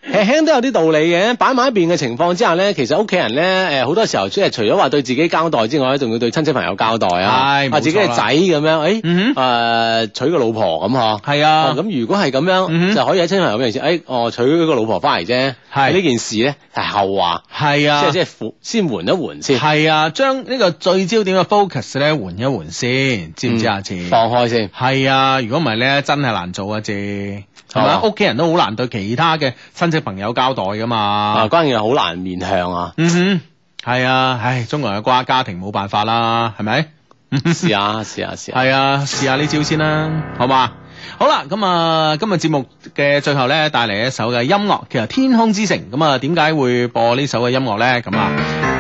Speaker 3: 輕輕都有啲道理嘅，擺埋一邊嘅情況之下咧，其實屋企人咧，誒好多時候即係除咗話對自己交代之外咧，仲要對親戚朋友交代啊
Speaker 4: 係，冇錯啦
Speaker 3: 啊自己嘅仔咁樣，
Speaker 4: 嗯
Speaker 3: 誒誒娶個老婆咁嗬
Speaker 4: 哼，。係啊
Speaker 3: 哦，，咁如果係咁
Speaker 4: 嗯哼
Speaker 3: 樣，就可以喺親戚朋友面前，誒，我娶個老婆翻嚟啫，
Speaker 4: 係
Speaker 3: 呢件事咧係後話，
Speaker 4: 係
Speaker 3: 即
Speaker 4: 啊，
Speaker 3: 係即係緩先緩一緩先，
Speaker 4: 係啊，將呢個聚焦點嘅 focus 咧換一換先，知唔知啊？
Speaker 3: 嗯
Speaker 4: 志
Speaker 3: 放開先，
Speaker 4: 係啊，如果唔係咧，真係難做啊！志係
Speaker 3: 係
Speaker 4: 嘛，
Speaker 3: 嘛
Speaker 4: 屋企人都好難對其他嘅親戚朋友交代噶
Speaker 3: 啊，
Speaker 4: 嘛。
Speaker 3: 關鍵係好難面向啊，
Speaker 4: 嗯哼，係啊，唉，中國人嘅瓜家庭冇辦法啦，係咪？嗯
Speaker 3: 試下試下試下，
Speaker 4: 係啊，試下呢招先啦，好嘛？好啦，咁啊，今日節目嘅最後咧，帶嚟一首嘅音樂，其實《天空之城》咁啊，點解會播呢首嘅音樂咧？咁啊，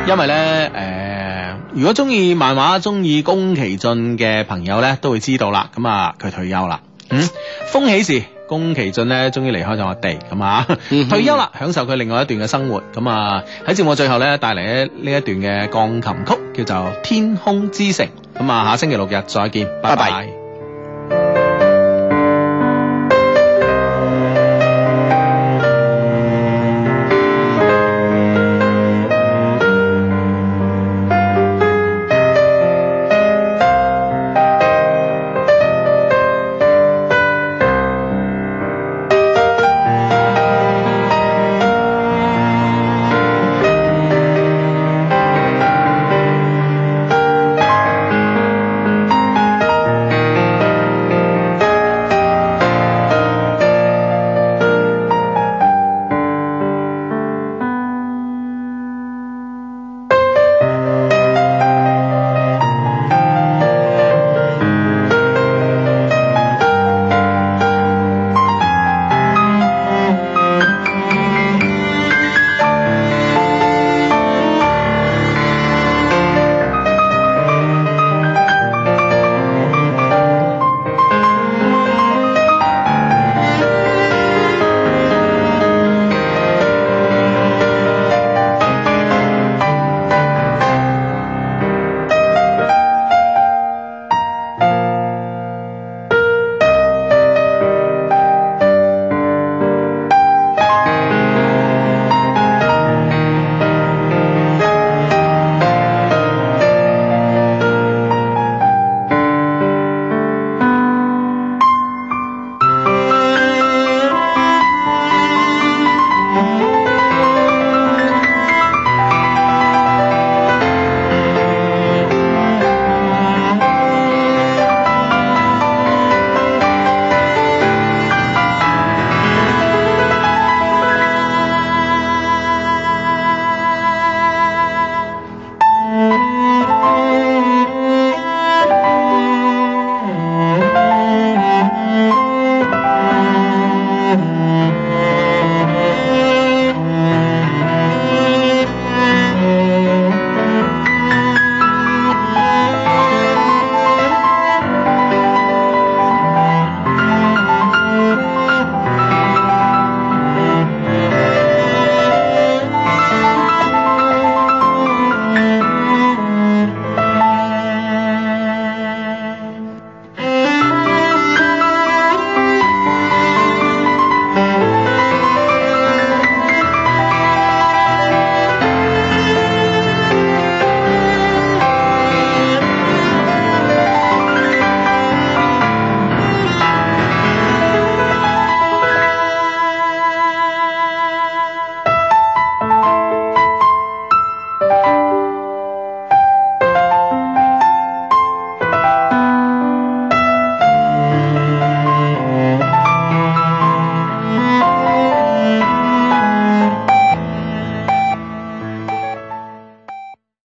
Speaker 4: 因為咧，誒、如果中意漫畫、中意宮崎駿嘅朋友咧，都會知道啦。咁啊，佢退休啦，嗯，風起時。宮崎駿咧，終於離開咗我哋咁啊，
Speaker 3: 嗯哼
Speaker 4: 退休啦，享受佢另外一段嘅生活。咁啊，喺節目最後咧，帶嚟呢一段嘅鋼琴曲，叫做《天空之城》。咁啊，下星期六日再見，
Speaker 3: 拜
Speaker 4: 拜拜
Speaker 3: 拜